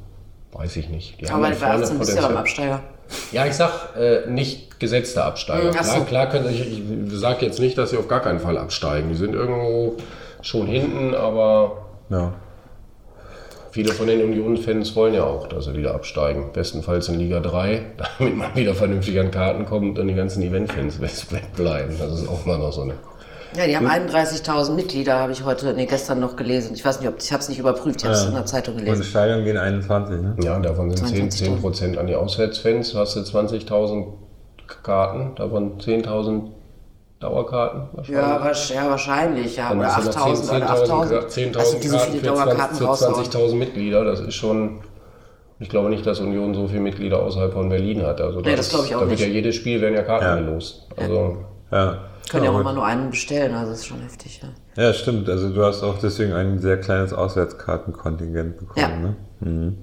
weiß ich nicht. Die haben Aber da bei vorne 18 bist du ja Potenzial. beim Absteiger. Ja, ich sag äh, nicht gesetzte Absteiger. Mm, ach Klar, so. klar können sie, ich, ich sag jetzt nicht, dass sie auf gar keinen Fall absteigen. Die sind irgendwo schon hinten, aber Ja. viele von den Union-Fans wollen ja auch, dass sie wieder absteigen. Bestenfalls in Liga 3, damit man wieder vernünftig an Karten kommt und die ganzen Event-Fans wegbleiben. Das ist auch mal noch so eine. Ja, die haben Hm? 31.000 Mitglieder, habe ich heute, nee, gestern noch gelesen. Ich weiß nicht, ob ich habe es nicht überprüft, ich habe es in der Zeitung Und ins gelesen. Stadion gehen 21, ne? Ja, davon sind 10, 22.000. 10 Prozent an die Auswärtsfans. Hast du 20.000 Karten, davon 10.000 Dauerkarten wahrscheinlich. Ja, wahrsch- ja, wahrscheinlich, ja. Dann Oder hast du noch 10.000 8.000 oder 8.000. 10.000 also die so Karten für viele 20 Dauerkarten für raushauen. 20.000 Mitglieder, das ist schon. Ich glaube nicht, dass Union so viele Mitglieder außerhalb von Berlin hat. Also Nee, das glaube ich auch da wird nicht. ja jedes Spiel werden ja Karten Ja. gelost. Also Ja. Können Ja, ja auch gut. immer nur einen bestellen, also das ist schon heftig, ja. Ja, stimmt. Also du hast auch deswegen ein sehr kleines Auswärtskartenkontingent bekommen. Ja. Ne? Mhm.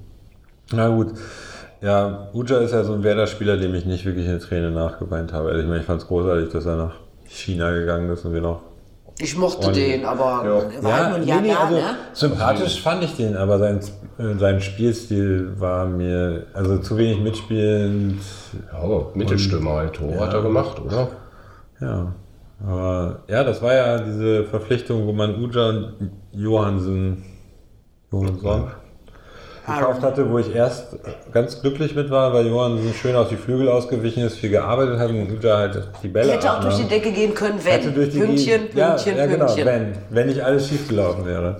Na gut. Ja, Uja ist ja so ein Werder-Spieler, dem ich nicht wirklich eine Träne nachgeweint habe. Also ich meine, ich fand es großartig, dass er nach China gegangen ist und wir noch. Ich Oh, mochte den, aber er war halt nur ein nee, Jahr nee, da, also ne? sympathisch fand ich den, aber sein, äh, sein Spielstil war mir, also zu wenig mitspielend. ja, aber Mittelstürmer halt, Tor hat er gemacht, oder? Ja. Aber ja, das war ja diese Verpflichtung, wo man Uja und Johansen, Johansson gekauft hatte, wo ich erst ganz glücklich mit war, weil Johansen schön auf die Flügel ausgewichen ist, viel gearbeitet hat und Uja halt die Bälle. Hätte auch durch die abnahm. Decke gehen können, Hätte wenn. durch die Pünktchen, Gegend- ja, Pünktchen, ja, genau, Pünktchen. Wenn, wenn nicht alles schiefgelaufen wäre.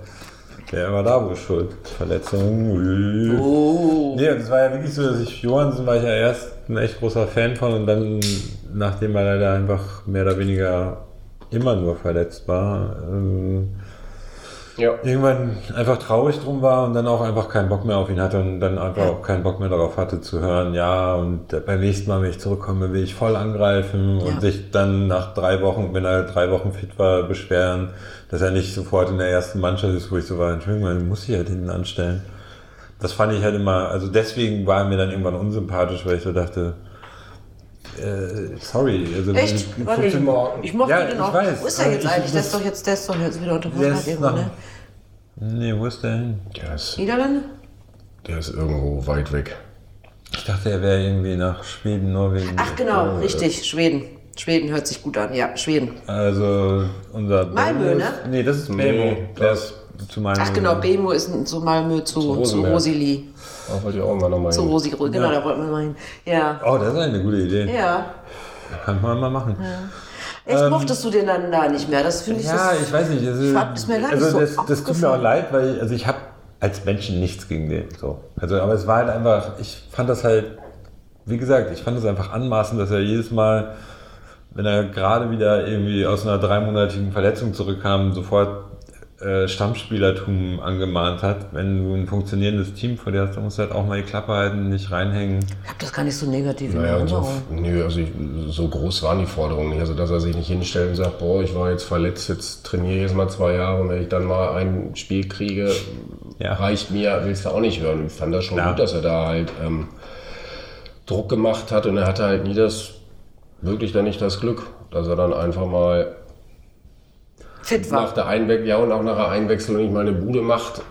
Wäre immer da wohl schuld. Verletzung. Oh. Nee, und es war ja wirklich so, dass ich Johansen war ich ja erst ein echt großer Fan von und dann, nachdem er leider einfach mehr oder weniger immer nur verletzt war, ähm, Ja. irgendwann einfach traurig drum war und dann auch einfach keinen Bock mehr auf ihn hatte und dann einfach auch keinen Bock mehr darauf hatte zu hören, ja, und beim nächsten Mal, wenn ich zurückkomme, will ich voll angreifen und Ja. sich dann nach drei Wochen, wenn er drei Wochen fit war, beschweren, dass er nicht sofort in der ersten Mannschaft ist, wo ich so war, Entschuldigung, man muss sich halt hinten anstellen. Das fand ich halt immer, also deswegen war er mir dann irgendwann unsympathisch, weil ich so dachte, äh, sorry, also Echt? Warte, ich, ich mochte Ja, den ich auch. weiß. Wo ist er Aber jetzt ich- eigentlich? Der das- ist doch jetzt, der ist doch jetzt wieder unter Der Vertrag ist irgendwo, nach- ne? Nee, wo ist der hin? Der ist, Niederlande? der ist irgendwo weit weg. Ich dachte, er wäre irgendwie nach Schweden, Norwegen. Äh, Ach genau, richtig, Schweden. Schweden hört sich gut an, ja, Schweden. Also unser Malmö, Bemo ne? ist- Nee, das ist Nee, Bemo. das- Das zu meinem. Ach genau, Bemo ist ein- so Malmö zu, zu Rosenberg. Rosili. Da wollte ich auch mal nochmal Zu hin. Rosi, genau, da wollten wir mal hin. Ja. Oh, das ist eine gute Idee. Ja. Kann man mal machen. Echt mochtest du den dann da nicht mehr? Das finde ich Ähm, Ja, das- ich weiß nicht. Das Ich hab- ist mir gar nicht also so das, das tut mir auch aufgefallen. leid, weil ich, also ich habe als Menschen nichts gegen den. So. Also, aber es war halt einfach, ich fand das halt, wie gesagt, ich fand es einfach anmaßend, dass er jedes Mal, wenn er gerade wieder irgendwie aus einer dreimonatigen Verletzung zurückkam, sofort äh, Stammspielertum angemahnt hat. Wenn du ein funktionierendes Team vor dir hast, dann musst du halt auch mal die Klappe halten, nicht reinhängen. Ich habe das gar nicht so negativ in Naja, und so, Erinnerung. nö, also ich, so groß waren die Forderungen nicht. Also, dass er sich nicht hinstellt und sagt, boah, ich war jetzt verletzt, jetzt trainiere ich jetzt mal zwei Jahre und wenn ich dann mal ein Spiel kriege, Ja. reicht mir, willst du auch nicht hören. Ich fand das schon Klar. gut, dass er da halt ähm, Druck gemacht hat und er hatte halt nie das, wirklich dann nicht das Glück, dass er dann einfach mal Fit nach war. der Einwechslung, ja, und auch nach der Einwechslung nicht mal eine Bude macht.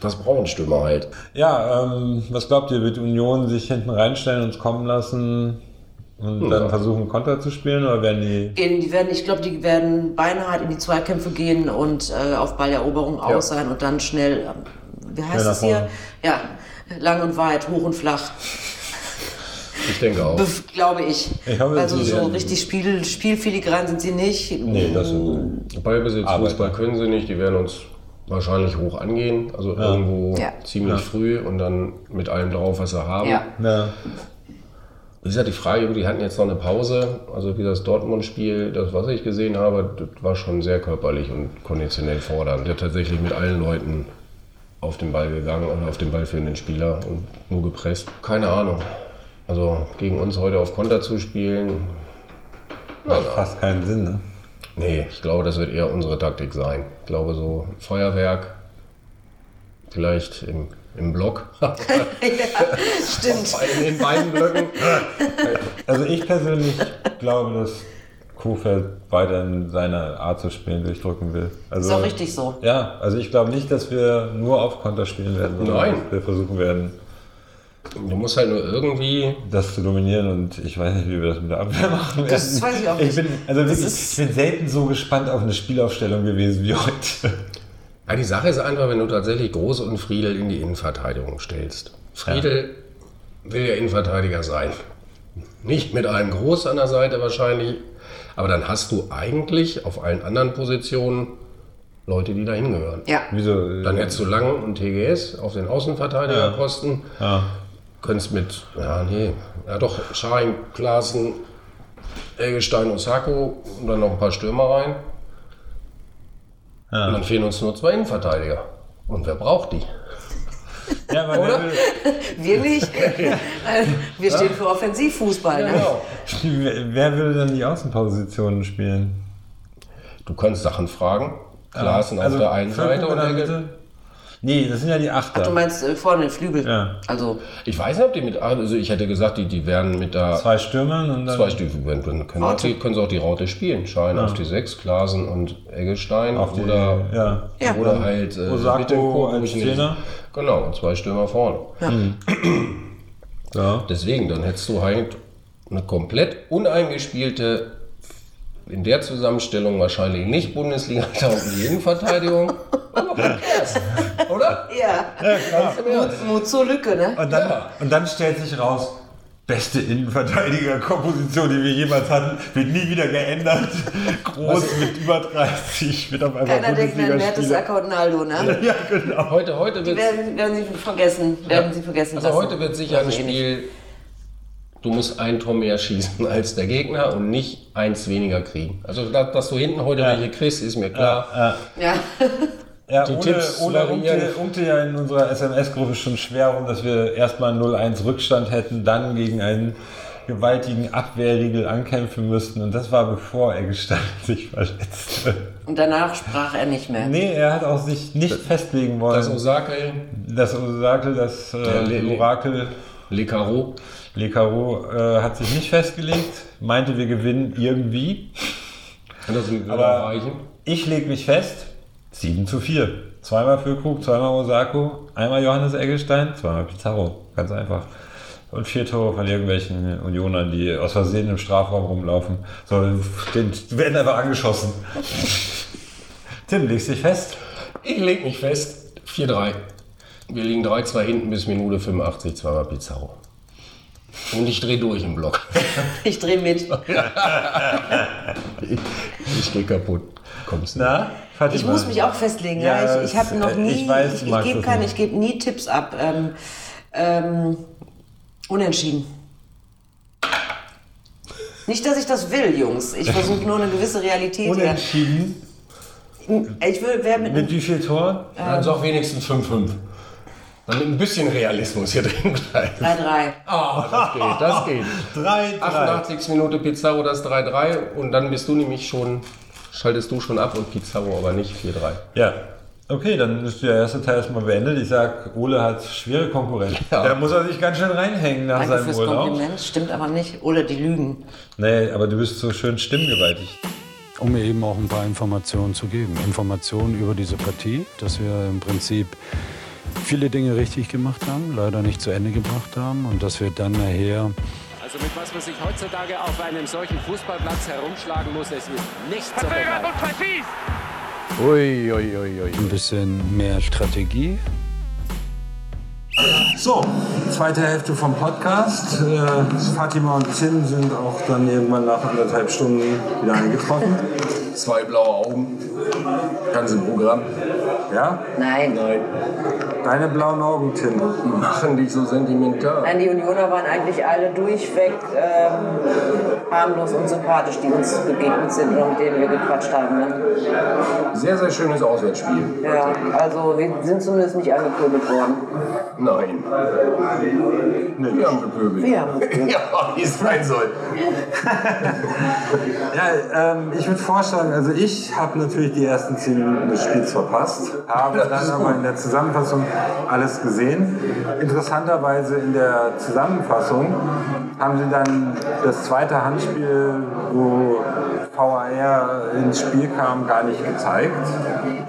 Das brauchen Stürmer halt. Ja, ähm, was glaubt ihr, wird Union sich hinten reinstellen und es kommen lassen und Hm, dann versuchen Konter zu spielen oder werden die Gehen, die werden, ich glaube, die werden beinhart in die Zweikämpfe gehen und äh, auf Balleroberung aus sein und dann schnell, ähm, wie Schnell heißt es nach hier? vorne. Ja, lang und weit, hoch und flach, Ich denke auch. Bef- glaube ich. Oh. Ich hoffe, also sie so werden- richtig Spiel, spielfiligran sind sie nicht. Nee, das Ballbesitz, Arbeiten. Fußball können sie nicht, die werden uns wahrscheinlich hoch angehen, also irgendwo Ja. ziemlich früh und dann mit allem drauf, was sie haben. Ja, na, Wie gesagt, die Frage, die hatten jetzt noch eine Pause, also wie das Dortmund-Spiel, das was ich gesehen habe, das war schon sehr körperlich und konditionell fordernd. Der hat tatsächlich mit allen Leuten auf den Ball gegangen und auf den Ball führenden Spieler und nur gepresst. Keine Ahnung. Also gegen uns heute auf Konter zu spielen, macht fast keinen Sinn, ne? Nee, ich glaube, das wird eher unsere Taktik sein. Ich glaube, so Feuerwerk, vielleicht im, im Block, stimmt. in den beiden Blöcken. Also ich persönlich glaube, dass Kofeld weiterhin seine Art zu spielen durchdrücken will. Also, Ist auch richtig so. Ja, also ich glaube nicht, dass wir nur auf Konter spielen werden, sondern Nein. dass wir versuchen werden, Du musst halt nur irgendwie. das zu dominieren und ich weiß nicht, wie wir das mit der Abwehr machen werden. Das weiß ich auch Ich nicht. bin, also wirklich, ist- ich bin selten so gespannt auf eine Spielaufstellung gewesen wie heute. Ja, die Sache ist einfach, wenn du tatsächlich Groß und Friedel in die Innenverteidigung stellst. Friedel will ja Innenverteidiger sein. Nicht mit einem Groß an der Seite wahrscheinlich, aber dann hast du eigentlich auf allen anderen Positionen Leute, die da hingehören. Ja. Wieso? Dann hättest du Lang und TGS auf den Außenverteidigerposten. Könntest mit, ja, nee, ja doch, Schein, Klaassen, Eggestein und Sako und dann noch ein paar Stürmer rein. Und dann fehlen uns nur zwei Innenverteidiger. Und wer braucht die? Ja, aber wer will, Wir nicht. Äh, Wir stehen für Offensivfußball. Ne? wer wer würde denn die Außenpositionen spielen? Du kannst Sachen fragen. Klaassen Also, auf der einen Völkel Seite und oder Egge. Mitte? Nee, das sind ja die Achter. Du meinst äh, vorne den Flügel. Ja. Also Ich weiß nicht, ob die mit, also ich hätte gesagt, die, die werden mit der Zwei Stürmern und dann zwei Stufen werden können. Können, Raute. sie- können sie auch die Raute spielen. Schein auf die sechs, Klaassen und Eggestein. auf die, oder ja. Ja. Oder halt äh, Osako Bittencourt, wo als ich nicht- Zehner. Genau, und zwei Stürmer vorne. Ja. Deswegen, dann hättest du halt eine komplett uneingespielte, in der Zusammenstellung wahrscheinlich nicht bundesliga taugliche Innenverteidigung. Aber who cares? Oder? ja, Mut, Mut zur Lücke, ne? Und, dann, und dann stellt sich raus, beste Innenverteidigerkomposition, die wir jemals hatten, wird nie wieder geändert. Groß mit über 30, wird auf einmal Keiner denkt an Bundesliga-Spieler. Mertesacker und Naldo, ne? Ja, genau. Heute, heute wird Werden, werden sie vergessen, werden sie vergessen also lassen. heute wird sicher ein Also eh nicht. Spiel. Du musst ein Tor mehr schießen als der Gegner und nicht eins weniger kriegen. Also, dass, dass du hinten heute welche kriegst, ist mir klar. Ja, Ja, Die ohne, Tipps ohne variieren. Umte, Umte ja in unserer SMS-Gruppe schon schwer rum, dass wir erstmal 0-1 Rückstand hätten, dann gegen einen gewaltigen Abwehrriegel ankämpfen müssten. Und das war bevor er gestartet sich verletzte. und danach sprach er nicht mehr. Nee, er hat auch sich nicht Das festlegen wollen. Osaka, Das Orakel, das Le- äh, Le- Orakel Le Caro. Le Caro äh, hat sich nicht festgelegt, meinte, wir gewinnen irgendwie. Kann das mit Aber- Aber reichen? Ich lege mich fest, 7 zu 4. Zweimal für Krug, zweimal Osako, einmal Johannes Eggestein, zweimal Pizarro. Ganz einfach. Und vier Tore von irgendwelchen Unionern, die aus Versehen im Strafraum rumlaufen. So, den werden einfach angeschossen. Tim, legst dich fest. Ich leg mich fest. 4-3. Wir liegen 3-2 hinten bis Minute 85, zweimal Pizarro. Und ich drehe durch im Block. Ich drehe mit. Ich, ich gehe kaputt. Kommst du? Na, Fatima? Ich muss mich auch festlegen. Ja, Ja, ich ich habe es- noch äh, nie, ich weiß, du ich, ich magst gebe das keine, nicht. ich gebe nie Tipps ab. Ähm, ähm, unentschieden. Nicht, dass ich das will, Jungs. Ich versuche nur eine gewisse Realität. Hier. Unentschieden. Ich will, wer mit, Mit wie vielen Toren? Dann sag wenigstens 5-5. Dann ein bisschen Realismus hier drin bleibt. 3-3. Das geht, das geht. 3, 88. Minute Pizarro das 3-3 und dann bist du nämlich schon, schaltest du schon ab und Pizarro aber nicht 4-3. Ja. Okay, dann ist der erste Teil erstmal beendet. Ich sag, Ole hat schwere Konkurrenz. Ja. Da muss er sich ganz schön reinhängen nach Danke seinem fürs Urlaub. Kompliment. Stimmt aber nicht. Oder die Lügen. Nee, aber du bist so schön stimmgewaltig. um mir eben auch ein paar Informationen zu geben. Informationen über diese Partie, dass wir im Prinzip viele Dinge richtig gemacht haben, leider nicht zu Ende gebracht haben und dass wir dann nachher Also mit was man sich heutzutage auf einem solchen Fußballplatz herumschlagen muss, es ist nicht zu vergleichen. und präzis. ein bisschen mehr Strategie So, zweite Hälfte vom Podcast. Äh, Fatima und Tim sind auch dann irgendwann nach anderthalb Stunden wieder eingetroffen. Zwei blaue Augen, ganze Programm. Ja? Nein. Nein, Deine blauen Augen, Tim. machen dich so sentimental. Nein, die Unioner waren eigentlich alle durchweg ähm, harmlos und sympathisch, die uns begegnet sind und mit denen wir gequatscht haben. Ne? Sehr, sehr schönes Auswärtsspiel. Ja, also wir sind zumindest nicht angekurbelt worden. Nein. Nee, wir haben gepöbelt. Wir haben gepöbelt. Ja, wie es sein soll. Ja, ähm, ich würde vorschlagen, also ich habe natürlich die ersten zehn Minuten des Spiels verpasst, habe Das dann ist aber gut. in der Zusammenfassung alles gesehen. Interessanterweise in der Zusammenfassung haben sie dann das zweite Handspiel, wo VAR ins Spiel kam, gar nicht gezeigt.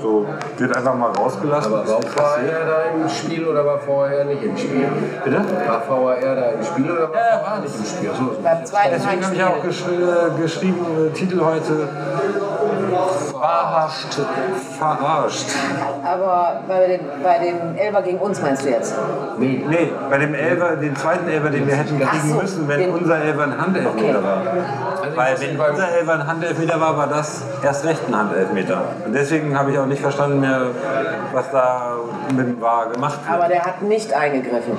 So wird einfach mal rausgelassen. Aber ist war nicht passiert. VAR da im Spiel oder war VAR nicht im Spiel? Bitte? War VAR da im Spiel oder war Ja, VAR nicht im Spiel? So, Beim zweiten Deswegen habe ich auch Heimspiel. gesch äh, geschrieben, äh, Titel heute, verhascht, verarscht. Aber bei dem, bei dem Elber gegen uns meinst du jetzt? nee, Nee, bei dem Elfer, den zweiten Elfer, den wir hätten kriegen Ach so, müssen, wenn den- unser Elfer ein Handelfmeter Okay. Also war. Weil wenn unser Elfer ein Handelfmeter war, war das erst recht ein Handelfmeter. Und deswegen habe ich auch nicht verstanden mehr, was da mit dem War gemacht wird. Aber der hat nicht eingegriffen.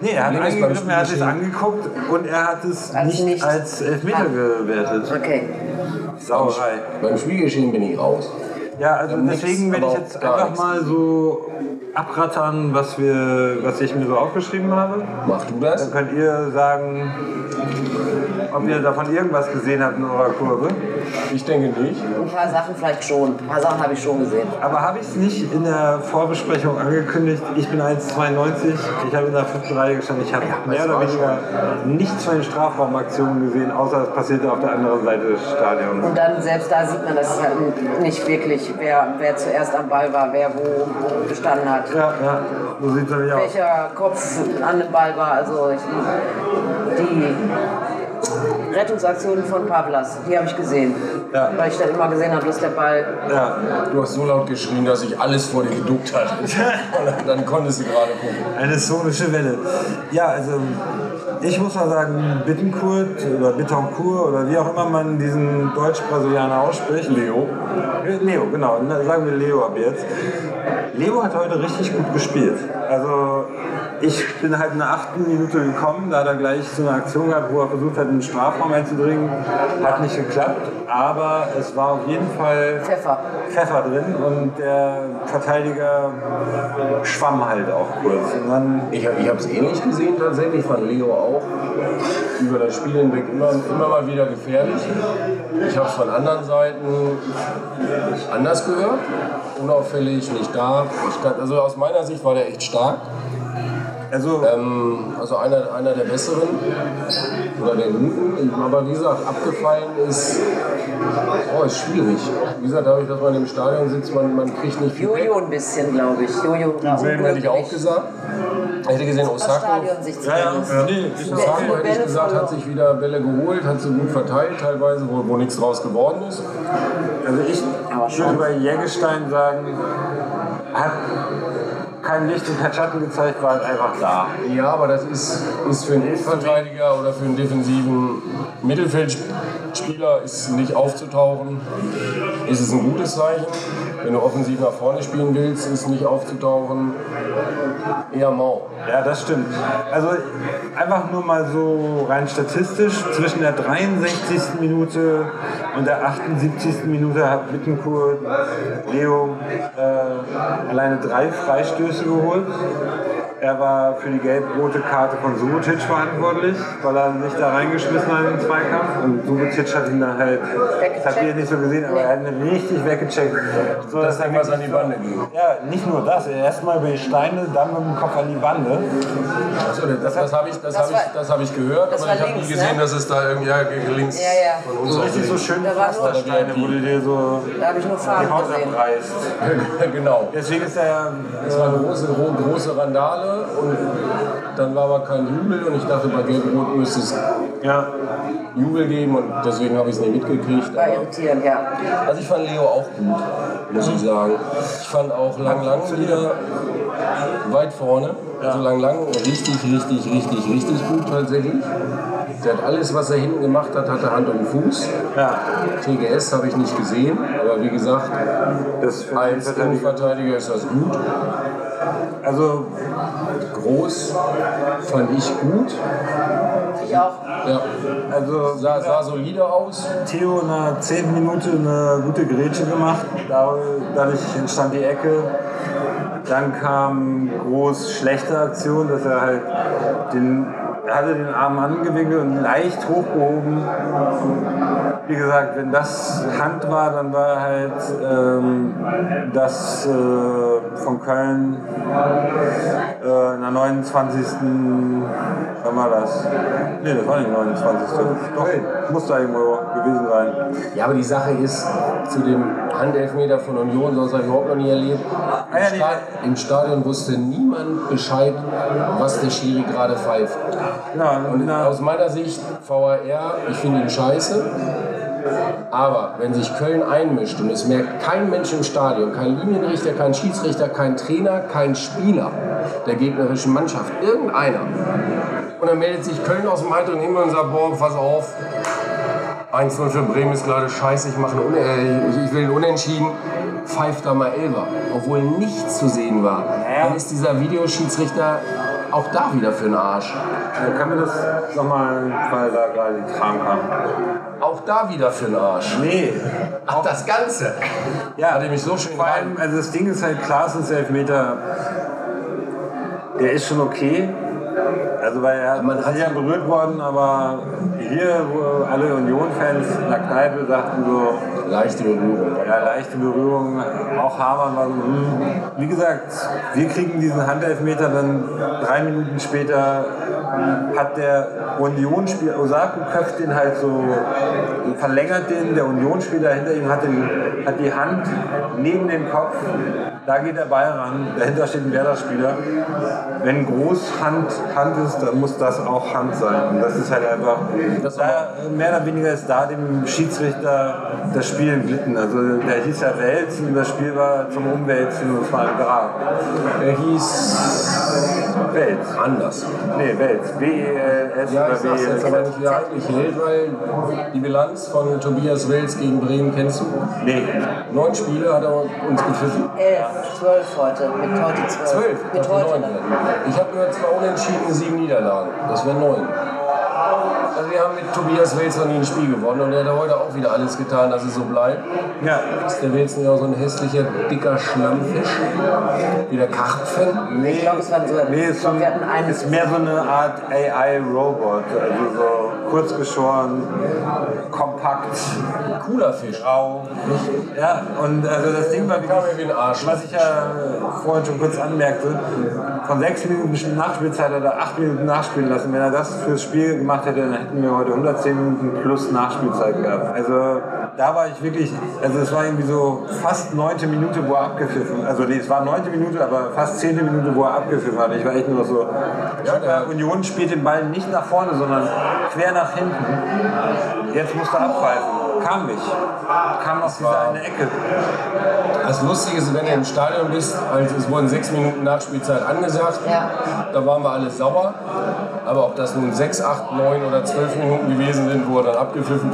Nee, er hat Nee, das war eingegriffen, er hat bestimmt es angeguckt und er hat es Als nicht, Also nicht. als Elfmeter Ah. gewertet. Okay. Sauerei. beim Spielgeschehen bin ich raus. Ja, also Ähm, nix, deswegen werde ich aber jetzt gar einfach nichts. mal so abrattern, was, wir, was ich mir so aufgeschrieben habe. Mach du das? Dann könnt ihr sagen, ob ihr davon irgendwas gesehen habt in eurer Kurve. Ich denke nicht. Ein paar Sachen vielleicht schon. Ein paar Sachen habe ich schon gesehen. Aber habe ich es nicht in der Vorbesprechung angekündigt? Ich bin 1,92, ich habe in der fünften Reihe gestanden. Ich habe mehr oder weniger nichts von den Strafraumaktionen gesehen, außer es passierte auf der anderen Seite des Stadions. Und dann selbst da sieht man, dass es halt nicht wirklich, wer, wer zuerst am Ball war, wer wo wo gestanden hat. Ja, ja, so sieht es nämlich aus. welcher Kopf an dem Ball war. Also ich, die Rettungsaktionen von Pavlas, die habe ich gesehen. Ja. Weil ich dann immer gesehen habe, dass der Ball. Ja. Du hast so laut geschrien, dass ich alles vor dir geduckt hat. Und dann, dann konntest du gerade gucken. Eine sonische Welle. Ja, also ich muss mal sagen, Bittencourt oder Bittencourt oder wie auch immer man diesen Deutsch-Brasilianer ausspricht. Leo. Leo, genau. Na, Sagen wir Leo ab jetzt. Leo hat heute richtig gut gespielt. Also ich bin halt in der achten Minute gekommen, da hat er gleich so eine Aktion gehabt, wo er versucht hat, in den Strafraum einzudringen. Hat nicht geklappt, aber es war auf jeden Fall Pfeffer. Pfeffer drin und der Verteidiger schwamm halt auch kurz. Und dann Ich, hab- ich habe es ähnlich gesehen tatsächlich, fand Leo auch über das Spiel hinweg immer, immer mal wieder gefährlich. Ich habe es von anderen Seiten anders gehört. Unauffällig, nicht da. Ich kann, also aus meiner Sicht war der echt stark. Also, Ähm, also einer, einer der besseren oder der guten. Aber wie gesagt, abgefallen ist, oh, ist schwierig. Wie gesagt, dadurch, dass man im Stadion sitzt, man, man kriegt nicht viel. weg. Jojo ein bisschen, glaube ich. Jojo. Wilhelm hätte ich auch gesagt. Ich hätte gesehen, das Osako- Stadion sich zu Ja, ja. vergessen. äh, Nee, Die Osako, Bälle ehrlich gesagt, verloren. hat sich wieder Bälle geholt, hat sie gut verteilt, teilweise, wo, wo nichts draus geworden ist. Also ich würde bei Jägestein sagen, hat kein Licht und kein Schatten gezeigt, war halt einfach da. Ja, aber das ist, ist für einen Innenverteidiger oder für einen defensiven Mittelfeldspieler ist nicht aufzutauchen. Ist es ein gutes Zeichen. Wenn du offensiv nach vorne spielen willst, ist nicht aufzutauchen eher mau. Ja, das stimmt. Also einfach nur mal so rein statistisch, zwischen der 63. Minute und der 78. Minute hat Bittencourt Leo äh, alleine drei Freistöße geholt. Er war für die gelb-rote Karte von Subotic verantwortlich, weil er sich da reingeschmissen hat im Zweikampf. Und Subotic hat ihn dann halt, das habt ihr nicht so gesehen, aber er hat ihn richtig weggecheckt. So, dass Das er Ding, was an die wirklich Bande so- ging. ja, nicht nur das. Erstmal über die Steine, dann mit dem Kopf an die ne? Bande. Also, das das habe ich, das Das hab war- ich, das hab ich gehört, das aber ich war habe nie links, gesehen, ne? dass es da irgendwie ja, links Ja, ja. von uns So aus richtig so links. schön Da war nur- Pflastersteine, wo du dir so Da habe ich nur die Farben Haut gesehen. abreißt. Genau. Deswegen ist er ja. Es war große, gro- große Randale und dann war aber kein Jubel und ich dachte, bei Gelb-Rot müsste es ja. Jubel geben und deswegen habe ich es nicht mitgekriegt. War Aber irritierend, ja. also ich fand Leo auch gut, muss ich sagen. Ich fand auch Lang Lang wieder weit vorne. Also Lang Lang richtig, richtig, richtig, richtig gut tatsächlich. Der hat alles, was er hinten gemacht hat, hatte Hand und Fuß. ja. TGS habe ich nicht gesehen, aber wie gesagt, Das für als Innenverteidiger ist das gut. Also, Groß fand ich gut. Ich auch. Ja, also sah, sah solide aus. Theo in der 10. Minute eine gute Grätsche gemacht. Da- Dadurch entstand die Ecke. Dann kam groß schlechte Aktion, dass er halt den, er hatte den Arm angewinkelt und leicht hochgehoben. Wie gesagt, wenn das Hand war, dann war halt ähm, das äh, von Köln äh, in der 29. Wann war das? Nee, das war nicht 29. Doch, muss da irgendwo gewesen sein. Ja, aber die Sache ist, zu dem Handelfmeter von Union, sonst habe ich überhaupt noch nie erlebt. Im, Ah, ja, die- Sta Im Stadion wusste niemand Bescheid, was der Schiri gerade pfeift. Genau, Und na, aus meiner Sicht, VAR, ich finde ihn scheiße. Aber wenn sich Köln einmischt und es merkt kein Mensch im Stadion, kein Linienrichter, kein Schiedsrichter, kein Trainer, kein Spieler der gegnerischen Mannschaft, irgendeiner. Und dann meldet sich Köln aus dem heiteren Himmel und sagt, boah, pass auf, 1-0 für Bremen ist gerade scheiße, ich, mache einen Un äh, ich- ich will einen Unentschieden. Pfeift da mal Elber, obwohl nichts zu sehen war. Dann ist dieser Videoschiedsrichter auch da wieder für einen Arsch. Äh, Kann mir das nochmal, weil da gerade die Tram kam. Auch da wieder für den Arsch. Nee, Ach, das Ganze. ja, Hat er mich so schön vor allem, also das Ding ist halt, Klaasens Elfmeter, der ist schon okay. Also weil er Man man hat ist ja ihn- berührt worden, aber hier, wo alle Union-Fans in der Kneipe sagten so, Leichte Berührung. ja, leichte Berührung, auch Hamann war so, hm. wie gesagt, wir kriegen diesen Handelfmeter, dann drei Minuten später hat der Unionsspieler, Osako köpft den halt so, verlängert den, der Unionsspieler hinter ihm hat, den, hat die Hand neben den Kopf, da geht der Ball ran, dahinter steht ein Werder-Spieler. Wenn Großhand Hand ist, dann muss das auch Hand sein. Und das ist halt einfach, Das da, mehr oder weniger ist da dem Schiedsrichter das Spiel entglitten. Also der hieß ja Wälzen und das Spiel war zum Umwälzen und es war ein Grab. Er hieß Wälz. anders. Nee, Wälz. W-E-L-S E Ja, ich oder sag's jetzt aber W-E-L-S. nicht, wie er eigentlich hält, weil die Bilanz von Tobias Wels gegen Bremen kennst du. Nee. Neun Spiele hat er uns gepfiffen. Elf, zwölf heute. Mit heute zwölf. Zwölf, Mit dass wir heute. neun ne? werden. Ich habe gehört, zwei Unentschieden, sieben Niederlagen. Das wären neun. Also wir haben mit Tobias Wels noch nie ein Spiel gewonnen und er hat heute auch wieder alles getan, dass es so bleibt. Ja. Ist der Wels nicht auch so ein hässlicher, dicker Schlammfisch? Wie der Karpfen? Nee, ich glaub, es war so ein- nee, ich E ist, glaub, so, wir hatten einen- ist mehr so eine Art AI-Robot. Also so kurz geschoren, kompakt, Cooler Fisch. grau. Ja, und also das Ding war Dann kam er wie ein Arsch. Was ich ja äh, vorhin schon kurz anmerkte, von sechs Minuten Nachspielzeit hat er acht Minuten nachspielen lassen. Wenn er das fürs Spiel gemacht hätte, dann hätten wir heute 110 Minuten plus Nachspielzeit gehabt. Also war, da war ich wirklich, also es war irgendwie so fast neunte Minute, wo er abgepfiffen Also nee, es war neunte Minute, aber fast zehnte Minute, wo er abgepfiffen hat. Ich war echt nur noch so, ja, der Union spielt den Ball nicht nach vorne, sondern quer nach hinten. Jetzt muss er abpfeifen. Kam nicht. Kam aus dieser eine Ecke. Das Lustige ist, wenn du im Stadion bist, also es wurden sechs Minuten Nachspielzeit angesagt, da waren wir alle sauer. Aber ob das nun sechs, acht, neun oder zwölf Minuten gewesen sind, wo er dann abgepfiffen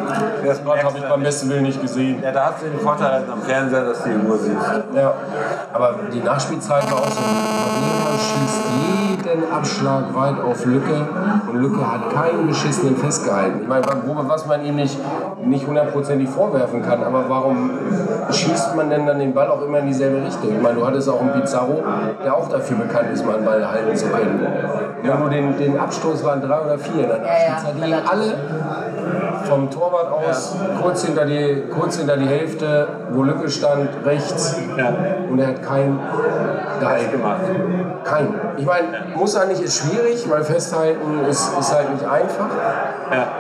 Das hat, habe ich beim besten Willen nicht gesehen. Ja, da hast du den Vorteil halt am Fernseher, dass du die Uhr siehst. Ja. Aber die Nachspielzeit war auch so. Marinemann schießt jeden Abschlag weit auf Lücke und Lücke hat keinen beschissenen festgehalten. Ich meine, wo- was man ihm nicht, nicht hundertprozentig vorwerfen kann, aber warum schießt man denn dann den Ball auch immer in dieselbe Richtung? Ich meine, du hattest auch einen Pizarro, der auch dafür bekannt ist, mal einen Ball halten zu können. Wenn du den, den Abstoß waren drei oder vier, dann Nachspielzeit liegen alle vom Torwart aus kurz, hinter die, kurz hinter die Hälfte, wo Lücke stand, rechts. Und er hat keinen gehalten. gemacht. Kein. Ich meine, muss er nicht, ist schwierig, weil festhalten ist, ist halt nicht einfach.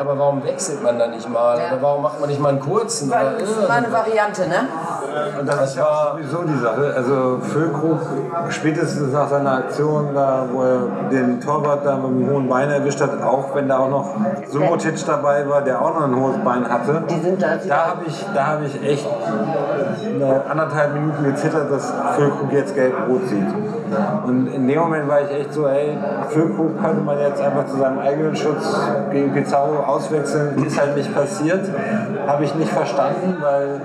Aber warum wechselt man da nicht mal? Oder warum macht man nicht mal einen kurzen? War, Oder war eine irgendwas? Variante, ne? Und das, ist ja auch sowieso die Sache. Also Füllkrug, spätestens nach seiner Aktion, da, wo er den Torwart da mit dem hohen Bein erwischt hat, auch wenn da auch noch Subotic dabei war, der auch noch ein hohes Bein hatte, Die sind da. da habe ich, da hab ich echt eine anderthalb Minuten gezittert, dass Füllkrug jetzt gelb-rot sieht. Und in dem Moment war ich echt so, hey, Füllkrug könnte man jetzt einfach zu seinem eigenen Schutz gegen Pizarro auswechseln, ist halt nicht passiert. Habe ich nicht verstanden, weil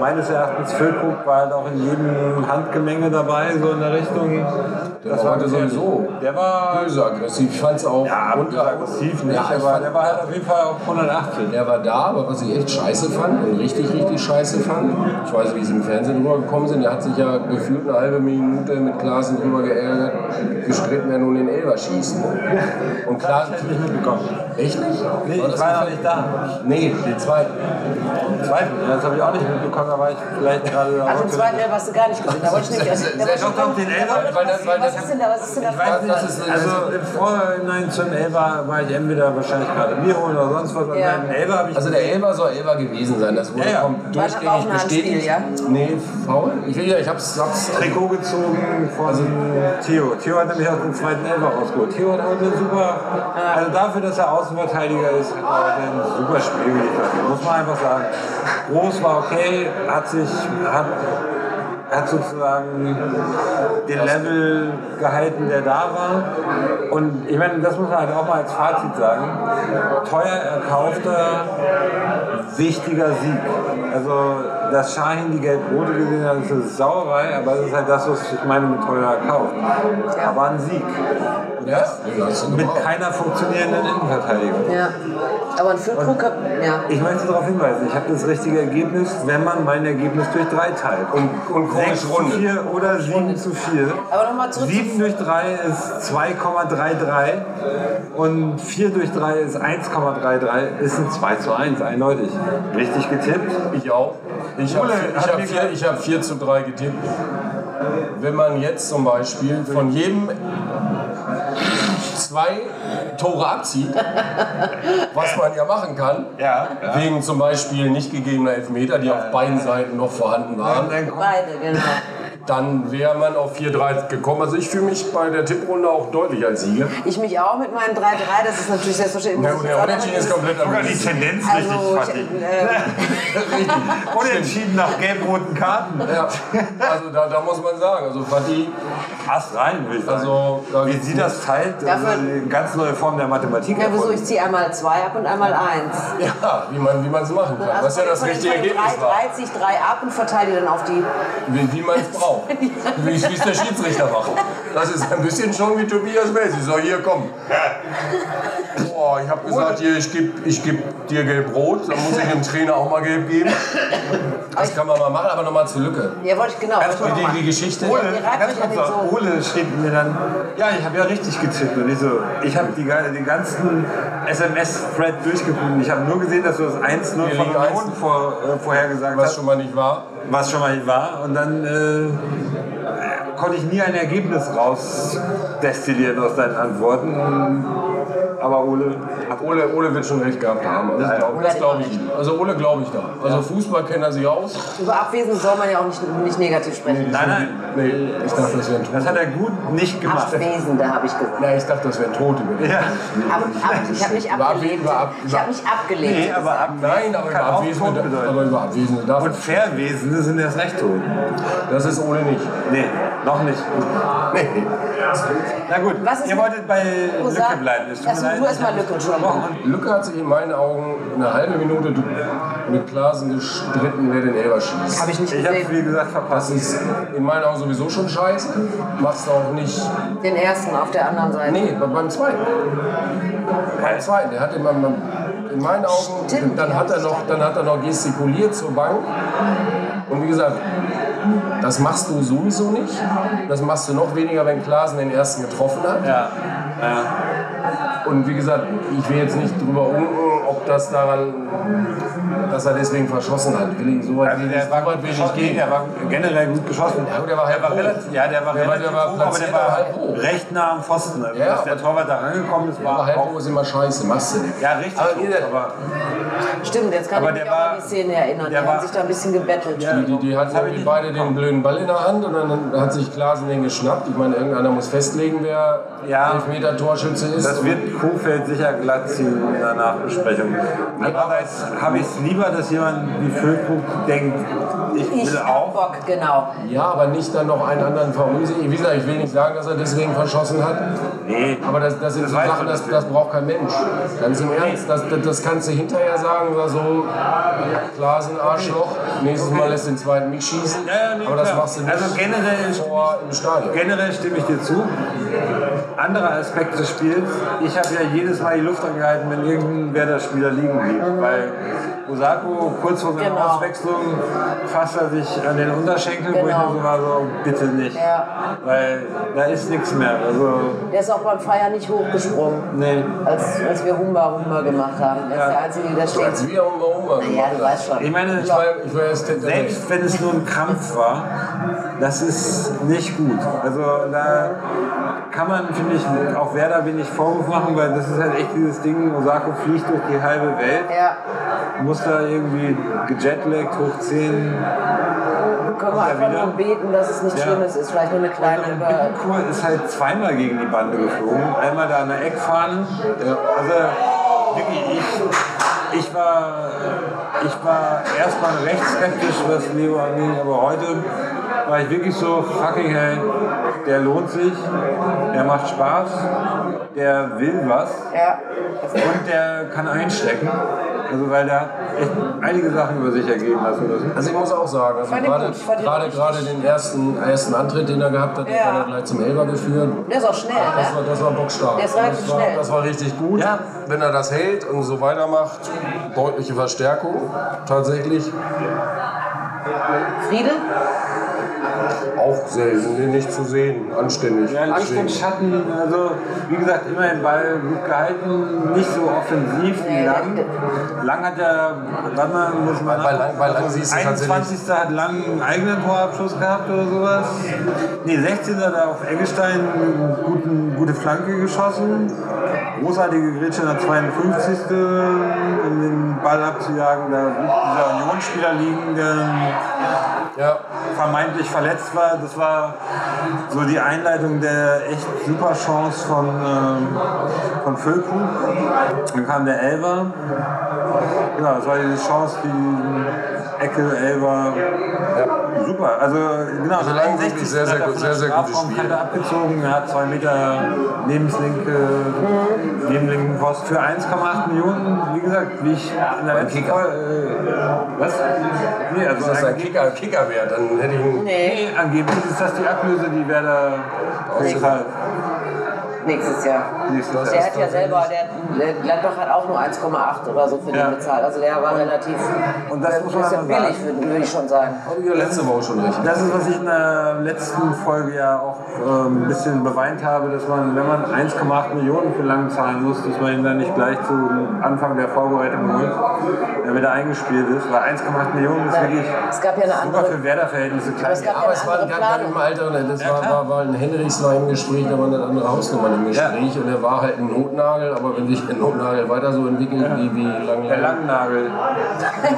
meines Erachtens Füllkrug war halt auch in jedem Handgemenge dabei, so in der Richtung. Das war heute sowieso. Der war Böse aggressiv. Ich fand es auch ja, unter- aggressiv nicht, Ja, ich aber fand- der war halt auf jeden Fall auf 180. Er war da, aber was ich echt scheiße fand und richtig, richtig scheiße fand, ich weiß nicht, wie sie im Fernsehen rübergekommen sind, er hat sich ja gefühlt eine halbe Minute mit Klaassen drüber geärgert, gestritten, wer nun den Elber schießt. Und Klaassen, Hätte ich halt nicht mitbekommen. echt nicht? Nee, ich war das ja gefällt- nicht da. Nee, den zweiten. Zweifel, das habe ich auch nicht mitbekommen, da war ich vielleicht gerade Ach, den zweiten Elfer hast du gar nicht gesehen. Da wollte ich nicht. Sehr, sehr, da wollte ich sehr nicht- doch, den Elfer, da wollte ich weil das- nicht- weil Was das- ist denn da? Was ist denn da? weiß nicht, das ist- also im Vorhinein zum Elber war ich entweder wahrscheinlich gerade Bier holen oder sonst was. Ja. Ja. Elber habe ich Also der Elber soll Elber gewesen sein, das wurde Ja, ja. vom das war auch durchgängig ein Handspiel, bestätigt. ja? Nee, faul? Ich, will ja, ich hab's, hab's Trikot gezogen von Also, Theo. Theo hat nämlich auch den zweiten Elber rausgeholt. Theo hat heute super, also dafür, dass er Außenverteidiger ist, hat er heute ein super Spiel geliefert. Muss man einfach sagen. Groß war okay, hat sich, hat, hat sozusagen den Level gehalten, der da war. Und ich meine, das muss man halt auch mal als Fazit sagen. Teuer erkaufter, wichtiger Sieg. Also, dass Shahin die gelb-rote gesehen hat, ist eine Sauerei, aber es ist halt das, was ich meine mit teuer erkauft. Aber ein Sieg. Ja, den hast du Mit gebraucht. keiner funktionierenden Innenverteidigung. Ja. Aber ein Füllkrug, ja. Ich möchte darauf hinweisen, ich habe das richtige Ergebnis, wenn man mein Ergebnis durch drei teilt. Und- und komisch Sechs Runde. zu 4 oder 7 zu 4. Aber nochmal zurück. 7 durch 3 ist 2,33 und 4 durch 3 ist 1,33, ist ein 2 zu 1, eindeutig. Richtig getippt. Ich auch. Ich habe Ole hat hab mir vier- ich hab 4 zu 3 getippt. Wenn man jetzt zum Beispiel von jedem zwei Tore abzieht, was man ja machen kann, wegen zum Beispiel nicht gegebener Elfmeter, die auf beiden Seiten noch vorhanden waren, Beide, genau. dann wäre man auf 4-3 gekommen. Also ich fühle mich bei der Tipprunde auch deutlich als Sieger. Ich mich auch mit meinem 3-3, das ist natürlich selbstverständlich. Ja, und der Unentschieden ist komplett am Ende. Tendenz Also, ich, äh, Richtig. Unentschieden nach gelb-roten Karten. Ja, also da, da muss man sagen, also Fatih, Ass rein, will ich sagen. also da Wie geht's sie das teilt, also Dafür- eine ganz neue Form der Mathematik. ja, wieso? erfunden. Ich ziehe einmal 2 ab und einmal 1. Ja, wie man es machen kann. Was ja das richtige Ergebnis 3, war. 3 ziehe ich 3 ab und verteile die dann auf die. Wie, wie man es braucht. Wie wie es der Schiedsrichter macht. Das ist ein bisschen schon wie Tobias Messi. So, hier, komm. Boah, ich habe gesagt, hier, ich gebe ich geb dir gelb-rot. Dann muss ich dem Trainer auch mal gelb geben. Das kann man mal machen, aber nochmal zur Lücke. Ja, wollte ich genau. wollte ich noch Die, machen. die Geschichte. Ole, Ihr ganz reibt euch an kurz den noch, Ole schrieb mir dann, ja, ich habe ja richtig getippt. Und ich so, ich habe die, ga- die ganzen SMS-Thread durchgefunden. Ich habe nur gesehen, dass du das 1-0 von Wir liegen Union 1-0. vor, äh, vorhergesagt Was hast, schon mal nicht war. was schon mal nicht war. Und dann äh, konnte ich nie ein Ergebnis rausdestillieren aus deinen Antworten. Und aber Ole hat Ole, Ole wird schon recht gehabt haben. Also, Ja, ja. glaub- Ole das hat glaube immer ich. ihm. Also Ole glaube ich da. Also Fußball kennt er sich aus. Über Abwesen soll man ja auch nicht, nicht negativ sprechen. Nein, nein. Nee, ich dachte, das wäre ein Tod. Das hat er gut nicht gemacht. Abwesende habe ich gesagt. Nein, ich dachte, das wäre ein Tod. über den- Ja. Ab, ab, ich habe nicht Über Ab- abgelebt. über Ab- Ich habe nicht abgelebt. Nee, aber ab, Nein, aber über Kann auch Abwesende, Tod bedeuten. aber über Abwesende darf Und Verwesende sind erst recht tot. Das ist Ole nicht. Nee, noch nicht. Nee. Na gut, Was ist ihr mit- wolltet bei Rosa- Lücke bleiben. Es tut mir Lass mich leid, nur ich erst mal hab Lücke, das unterbrochen. Lücke hat sich in meinen Augen eine halbe Minute mit Klaasen gestritten, wer den Elber schießt. Habe ich nicht Ich habe gesehen. wie gesagt Das verpasst. ist in meinen Augen sowieso schon scheiße. Machst auch nicht. Den ersten auf der anderen Seite. Nee, be- beim zweiten. Beim zweiten. Der hat in, meinem, in meinen Augen. Stimmt, dann, ja, hat er ich noch, dachte- dann hat er noch gestikuliert zur Bank. Und wie gesagt, das machst du sowieso nicht. Das machst du noch weniger, wenn Klaasen den ersten getroffen hat. Ja. Und wie gesagt, ich will jetzt nicht drüber unken, ob das daran, dass er deswegen verschossen hat. Will ich, so weit Also will ich, der so war weit gut will ich geschossen. nicht Nee, gehen. der war generell gut geschossen. Ja, gut, der war halb hoch. relativ, ja, der war Der war- relativ der war hoch, aber platziert, der war aber halb hoch. recht nah am Pfosten. Also, Ja, dass der aber- Torwart da angekommen ist, Aber war halb auch hoch ist immer scheiße, machst du nicht. ja, richtig. Aber hoch, jeder- aber Stimmt, jetzt kann Aber ich mich der auch war- an die Szene erinnern. Die der haben war- sich da ein bisschen gebettelt. Ja. Die, die, die hatten Das hab ich irgendwie nicht beide den mitbekommen. blöden Ball in der Hand und dann hat sich Klasen den geschnappt. Ich meine, irgendeiner muss festlegen, wer Ja. Elfmeter-Torschütze ist. Das wird Kofeld sicher glatt ziehen in der Nachbesprechung. Andererseits habe ich es lieber, dass jemand wie Füllkrug denkt, ich Ich will hab auch. Bock, genau. ja, aber nicht dann noch einen anderen verunsichern. Wie gesagt, ich will nicht sagen, dass er deswegen verschossen hat. Nee. Aber das, das sind Das so weiß Sachen, man das, natürlich. das braucht kein Mensch. Ganz im Ernst, das, das, das kannst du hinterher sagen, oder so, klar ist ein Arschloch, nächstes Mal lässt den zweiten mich schießen, Ja, ja, nee, aber das klar. machst du nicht Also generell ist- vor im Stadion. Generell stimme ich dir zu. Anderer Aspekt des Spiels, ich habe ja jedes Mal die Luft angehalten, wenn irgendein Werder-Spieler liegen blieb. Weil Osako kurz vor seiner Genau. Auswechslung fasst er sich an den Unterschenkel, wo ich Genau. mir so war, so, bitte nicht. Ja. Weil da ist nichts mehr. Also, Der ist auch beim Feiern nicht hochgesprungen, nee. als, als wir Humba Humba gemacht haben. Der ist der Einzige, der steht. Als wir um Oma Ja, du weißt schon. Ich meine, Ich war, ich war erst hinter selbst wenn es nur ein Krampf war, das ist nicht gut. Also da kann man, finde ich, auch Werder wenig Vorwurf machen, weil das ist halt echt dieses Ding, Osako fliegt durch die halbe Welt, Ja, muss da irgendwie gejetlaggt hochziehen. können wir einfach wieder? nur beten, dass es nichts Ja. Schlimmes ist. Vielleicht nur eine kleine Und über. Bittenkur ist halt zweimal gegen die Bande geflogen, einmal da an der Eckfahne. Also wirklich, ich, ich war, ich war erstmal recht skeptisch, was Leo angeht, aber heute war ich wirklich so, fucking hell, der lohnt sich, der macht Spaß, der will was Ja. und der kann einstecken. Also weil der hat echt einige Sachen über sich ergeben lassen müssen. Also ich muss auch sagen, also Fand ihn gerade, gut, fand ihn gerade, richtig. gerade den ersten, ersten Antritt, den er gehabt hat, den Ja. hat er gleich zum Elber geführt. Der ist auch schnell, Das ne? war, das war bockstark. Der ist relativ das, war, schnell. das war richtig gut. Ja. Wenn er das hält und so weitermacht, deutliche Verstärkung tatsächlich. Friede? Auch selten, nee, nicht zu sehen, anständig. Ja, Licht und Schatten, also wie gesagt, immer den Ball gut gehalten, nicht so offensiv wie Nee, Lang. der- Lang hat er, warte mal, muss man Bei Lang- bei Lang siehst du tatsächlich- 21. hat Lang einen eigenen Torabschluss gehabt oder sowas. Nee, 16. hat er auf Eggestein eine guten, gute Flanke geschossen. Großartige Grätsche in der 52. um den Ball abzujagen. Da blieb dieser Unionsspieler liegen, der Ja, vermeintlich verletzt war. Das war so die Einleitung der echt super Chance von, ähm, von Füllkrug. Dann kam der Elver. Genau, das war die Chance, die Ecke, Elver. Super. Also genau, Also in der Lang wirklich 61. sehr, sehr hat er gut- von sehr, der sehr gutes Strafraumkante Spiel. abgezogen, er hat zwei Meter Lebenslinke, Lebenslinken Post für 1,8 Millionen. Wie gesagt, wie ich in der letzten Kicker. Folge. Äh, was? Nee, also wenn das ein eigentlich- Kicker, Kicker wäre, dann hätte ich ihn. Nee, Nee, angeblich ist das die Ablöse, die Werder ausgezahlt. nächstes Jahr. Nächstes Der Jahr. hat ja selber, der, der Gladbach hat auch nur 1,8 oder so für Ja. den bezahlt. Also der war relativ und das äh, muss man bisschen aber billig, würde würde ich schon sagen. Habe ich ja letzte Woche schon recht. Das ist, was ich in der letzten Folge ja auch ähm, ein bisschen beweint habe, dass man, wenn man 1,8 Millionen für lang zahlen muss, dass man ihn dann nicht gleich zu Anfang der Vorbereitung holt, damit er eingespielt ist. Weil 1,8 Millionen ist wirklich Es gab ja eine super andere. für Werder-Verhältnisse klein. Aber es gab ja Aber eine es war andere ein ganz Planung. im Alter, das war, war, war ein Henrichs war im Gespräch, da war eine andere Hausnummer. im Gespräch und er war halt ein Notnagel, aber wenn sich der Notnagel weiter so entwickelt, wie, wie lang, Der Langnagel.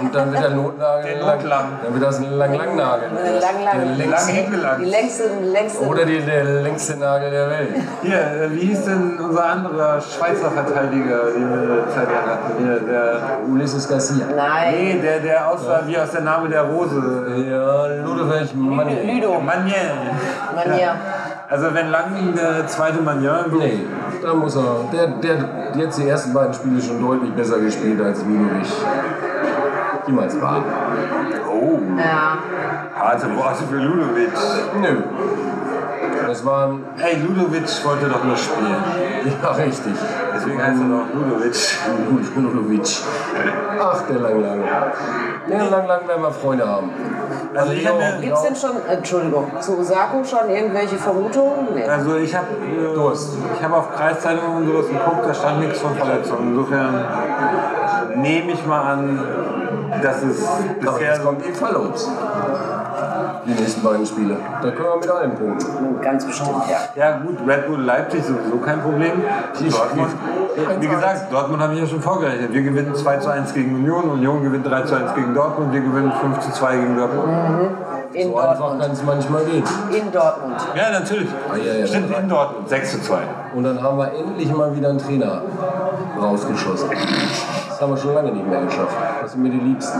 Und dann wird der Notnagel lang, dann wird das ein lang, lang Nagel. Lang, lang, Der Die längste, längste. Oder die, der längste Nagel der Welt. Hier, äh, wie hieß denn unser anderer Schweizer Verteidiger, den wir letztes Jahr gerne hatten? Hier, der Ulysses Garcia. Nein. Nee, der, der aussah wie aus der Name der Rose. Ja, Ludwig Manier. Ludo. Manier. Manier. Also wenn Lang der zweite Manier im Nee, da muss er. Der, der, der hat jetzt die ersten beiden Spiele schon deutlich besser gespielt als Ludovic. Jemals war. Oh, Ja. harte Worte für Ludovic. Nö. Das waren. Ey, Ludovic wollte doch nur spielen. Ja, richtig. Deswegen heißt er doch Ludovic. Ludovic. Ach, der lang, lang. Der lang, lang werden wir Freunde haben. Also ich hätte, Gibt es denn schon, äh, Entschuldigung, zu Osako schon irgendwelche Vermutungen? Nee. also ich habe äh, ich habe auf Kreiszeitungen und sowas geguckt, da stand nichts von Verletzungen. Insofern nehme ich mal an, dass es Aber bisher jetzt kommt die Fallobs. Die nächsten beiden Spiele. Da können wir mit allen punkten. Ganz bestimmt, ja. Ja gut, Red Bull Leipzig sowieso kein Problem. Dortmund, wie gesagt, Dortmund habe ich ja schon vorgerechnet. Wir gewinnen 2 zu 1 gegen Union, Union gewinnt 3 zu 1 gegen Dortmund, wir gewinnen 5 zu 2 gegen Dortmund. In So einfach Dortmund. kann es manchmal gehen. In Dortmund. Ah, Ja, natürlich. ja, ja. Stimmt, in Dortmund 6 zu 2. Und dann haben wir endlich mal wieder einen Trainer rausgeschossen. Das haben wir schon lange nicht mehr geschafft. Das sind mir die Liebsten.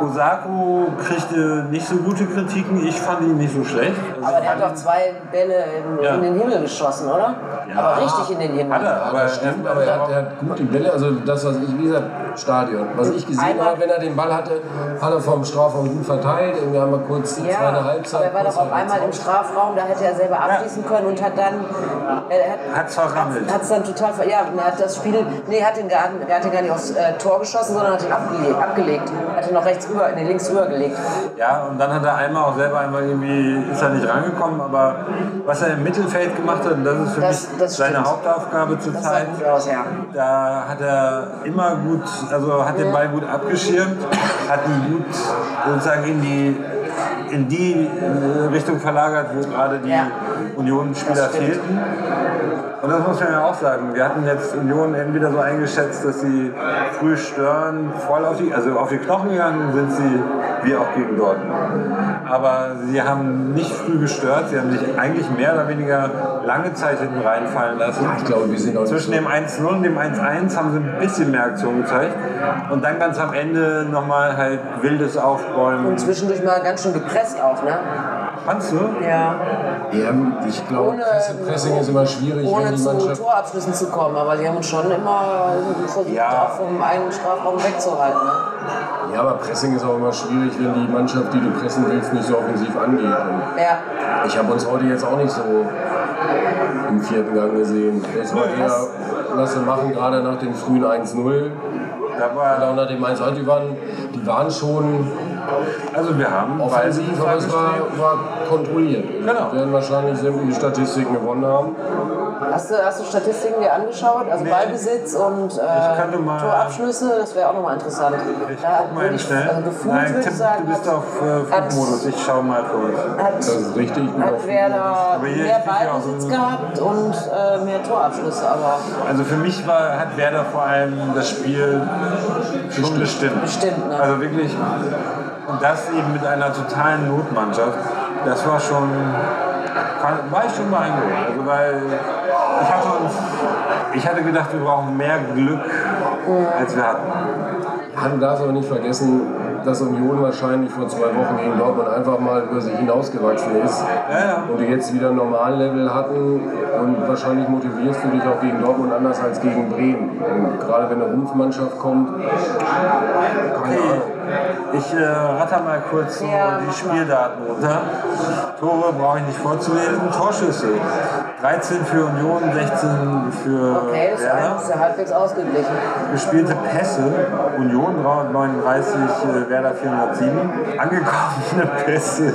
Osako kriegte nicht so gute Kritiken, ich fand ihn nicht so schlecht. Aber der hat doch zwei Bälle in, Ja. in den Himmel geschossen, oder? Aber richtig in den Hat Himmel. er, aber Das stimmt, aber er hat, er hat gut die Bälle. Also das, was ich, wie gesagt, Stadion. Was ich gesehen Einmal- habe, wenn er den Ball hatte, hat er vom Strafraum gut verteilt. Irgendwie haben wir kurz die Ja, zweite aber Halbzeit. er war doch kurz auf nach der einmal im Strafraum, da hätte er selber abschließen können und hat dann. Er hat, Hat's verrammelt. Hat es dann total ver Ja, und er hat das Spiel. Nee, hat den gar, er hat den gar nicht aufs äh, Tor geschossen, sondern hat ihn abgelegt. abgelegt. Hat ihn noch rechts rüber, nee, links rübergelegt. Ja, und dann hat er einmal auch selber einmal irgendwie, ist er nicht rangekommen, aber was er im Mittelfeld gemacht hat, und das ist für Das- mich das seine stimmt. Hauptaufgabe Das sah zurzeit, gut aus, ja. da hat er immer gut, also hat den Ball gut abgeschirmt, hat ihn gut sozusagen in die, in die äh, Richtung verlagert, wo gerade die Ja. Union-Spieler Das stimmt. fehlten. Und das muss man ja auch sagen. Wir hatten jetzt Union entweder so eingeschätzt, dass sie früh stören, voll auf die, also auf die Knochen gegangen sind sie, wie auch gegen Dortmund. Aber sie haben nicht früh gestört, sie haben sich eigentlich mehr oder weniger lange Zeit hinten reinfallen lassen. Ich glaube, wir sind auch nicht Zwischen dem 1-0 und dem 1-1 haben sie ein bisschen mehr Aktion gezeigt. Und dann ganz am Ende nochmal halt wildes Aufbäumen. Und zwischendurch mal ganz schön gepresst auch, ne? Kannst du? Ja. Ja, ich glaube, Ohne- Presse, Pressing ist immer schwierig, Ohne wenn die zu Mannschaft. Torabschlüssen zu kommen, aber sie haben uns schon immer versucht, Ja. auch vom eigenen Strafraum wegzuhalten. Ne? Ja, aber Pressing ist auch immer schwierig, wenn die Mannschaft, die du pressen willst, nicht so offensiv angeht. Und Ja. ich habe uns heute jetzt auch nicht so im vierten Gang gesehen. Es war eher, lass sie machen, gerade nach dem frühen 1-0. Da war, Auch nach dem 1-1, die waren, die waren schon also wir haben offensiv, aber es war, war kontrolliert. Genau. Wir werden wahrscheinlich sämtliche Statistiken gewonnen haben. Hast du, hast du Statistiken dir angeschaut? Also Ballbesitz und äh, könnte mal- Torabschlüsse, das wäre auch nochmal interessant. Ich guck mal würde eben ich- schnell. Also gefühlt Nein, würde Tipp, ich sagen, du bist hat, auf äh, hat- Flugmodus. Ich schau mal für uns. Das hat, ist richtig. Ich bin hat auf- Werder Aber hier mehr kriegt ihr auch so- Ballbesitz gehabt und äh, mehr Torabschlüsse, aber Also für mich war, hat Werder vor allem das Spiel schon bestimmt. bestimmt. Ne? Also wirklich. Und das eben mit einer totalen Notmannschaft. Das war schon. fand- War ich schon beeindruckt. Also weil ich hatte uns. Ich hatte gedacht, wir brauchen mehr Glück, Mhm. als wir hatten. Ja, du darfst aber nicht vergessen, dass Union wahrscheinlich vor zwei Wochen gegen Dortmund einfach mal über sich hinausgewachsen ist. Und die jetzt wieder ein Normallevel hatten. Und wahrscheinlich motivierst du dich auch gegen Dortmund anders als gegen Bremen. Und gerade wenn eine Rumpfmannschaft kommt, Okay. Ich äh, ratter mal kurz so Ja, die mach mal. Spieldaten runter. Tore brauche ich nicht vorzulesen. Torschüsse. 13 für Union, 16 für Okay, das Werder. ist ja halbwegs ausgeglichen. Gespielte Pässe, Union 339, äh, Werder 407. Angekommene Pässe,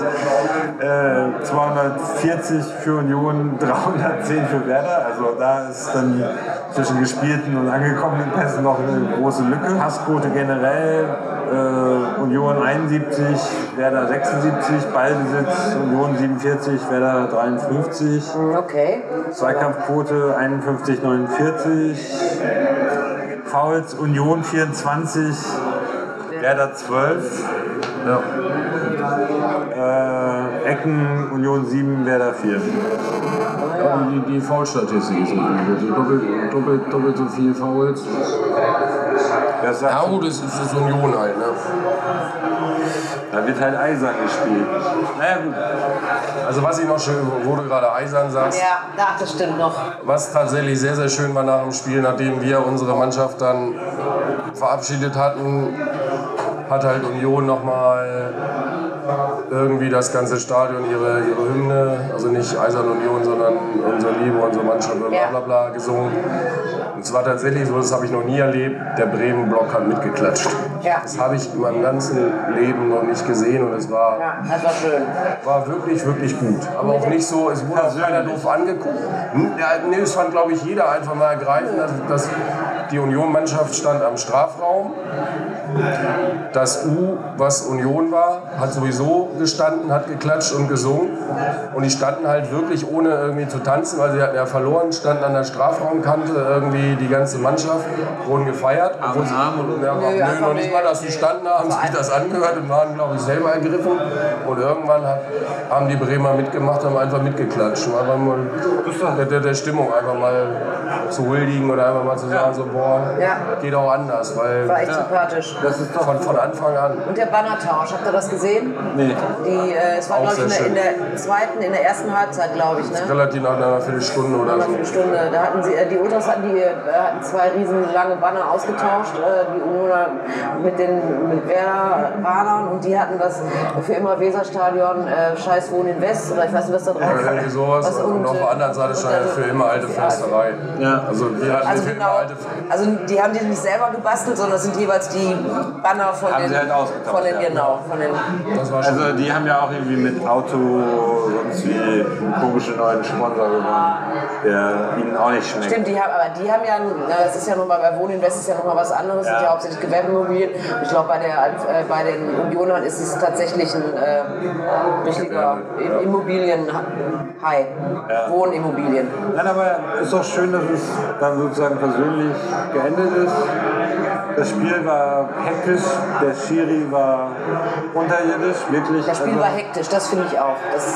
äh, 240 für Union, 310 für Werder. Also da ist dann zwischen gespielten und angekommenen Pässen noch eine große Lücke. Passquote generell äh, Union 71, Werder 76, Ballbesitz Union 47, Werder 53. Okay. Zweikampfquote 51, 49. Fouls Union 24, Werder 12. Äh, Ecken Union 7, Werder 4. Ja, die, die Foul-Statistik ist nicht gut. Die Doppelt, doppelt, doppelt so viel Fouls. Ja, gut, das ist das Union halt, ne? Da wird halt Eisern gespielt. Naja, gut. Also was ich noch schön, wo du gerade Eisern sagst, Ja, ach, das stimmt noch. was tatsächlich sehr, sehr schön war nach dem Spiel, nachdem wir unsere Mannschaft dann verabschiedet hatten, hat halt Union nochmal irgendwie das ganze Stadion ihre, ihre Hymne, also nicht Eisern Union, sondern unsere Liebe, unsere Mannschaft, bla bla bla, gesungen. Und es war tatsächlich so, das habe ich noch nie erlebt, der Bremen-Block hat mitgeklatscht. Das habe ich in meinem ganzen Leben noch nicht gesehen und es war, Das war schön. war wirklich, wirklich gut. Aber auch nicht so, es wurde auch keiner doof angeguckt. Hm, Ja, nee, es fand, glaube ich, jeder einfach mal ergreifend, dass, dass die Union-Mannschaft stand am Strafraum. Das U, was Union war, hat sowieso gestanden, hat geklatscht und gesungen. Und die standen halt wirklich ohne irgendwie zu tanzen, weil sie hatten ja verloren, standen an der Strafraumkante irgendwie die ganze Mannschaft, wurden gefeiert. Obwohl sie, ja, Nö, nö, einfach noch nicht nee. mal, dass sie standen, haben sich das angehört und waren, glaube ich, selber ergriffen. Und irgendwann hat, haben die Bremer mitgemacht, haben einfach mitgeklatscht, um einfach mal der, der, der Stimmung einfach mal zu huldigen oder einfach mal zu sagen, so, boah, Ja. geht auch anders. Weil, War echt sympathisch. das ist doch von, von Anfang an. Und der Bannertausch, habt ihr das gesehen? Nee. Die, äh, es war, Auch glaube ich, in der, sehr in der zweiten, in der ersten Halbzeit, glaube ich, ne? Relativ nach einer Viertelstunde oder so. Eine Stunde. Da hatten sie, äh, die Ultras hatten, die, äh, hatten zwei riesen lange Banner ausgetauscht, äh, die Unioner mit den mit Werder-Bahnern und die hatten das für immer Weserstadion, äh, Scheiß Wohnen in West oder ich weiß nicht, was da drauf Oder irgendwie sowas. was Und und, auf der anderen Seite stand für immer alte Försterei. Also wir hatten Also für genau, immer alte also die haben die nicht selber gebastelt, sondern das sind jeweils die Banner von Haben den, sie halt ausgetauscht, von den ja. genau, von den Also die haben ja auch irgendwie mit Auto sonst wie komische neuen Sponsor gewonnen, der ihnen auch nicht schmeckt. Stimmt, die haben, aber die haben ja, na, das ist ja nochmal bei Wohnen West ist ja nochmal was anderes, sind ja hauptsächlich Gewerbeimmobilien. Ich glaube, bei, der, äh, bei den Unionern ist es tatsächlich ein äh, richtiger Immobilien-High. Wohnimmobilien. Nein, aber ist doch schön, dass es dann sozusagen persönlich geendet ist. Das Spiel war hektisch, der Schiri war unterirdisch, wirklich. Das Spiel also- war hektisch, das finde ich auch. Das,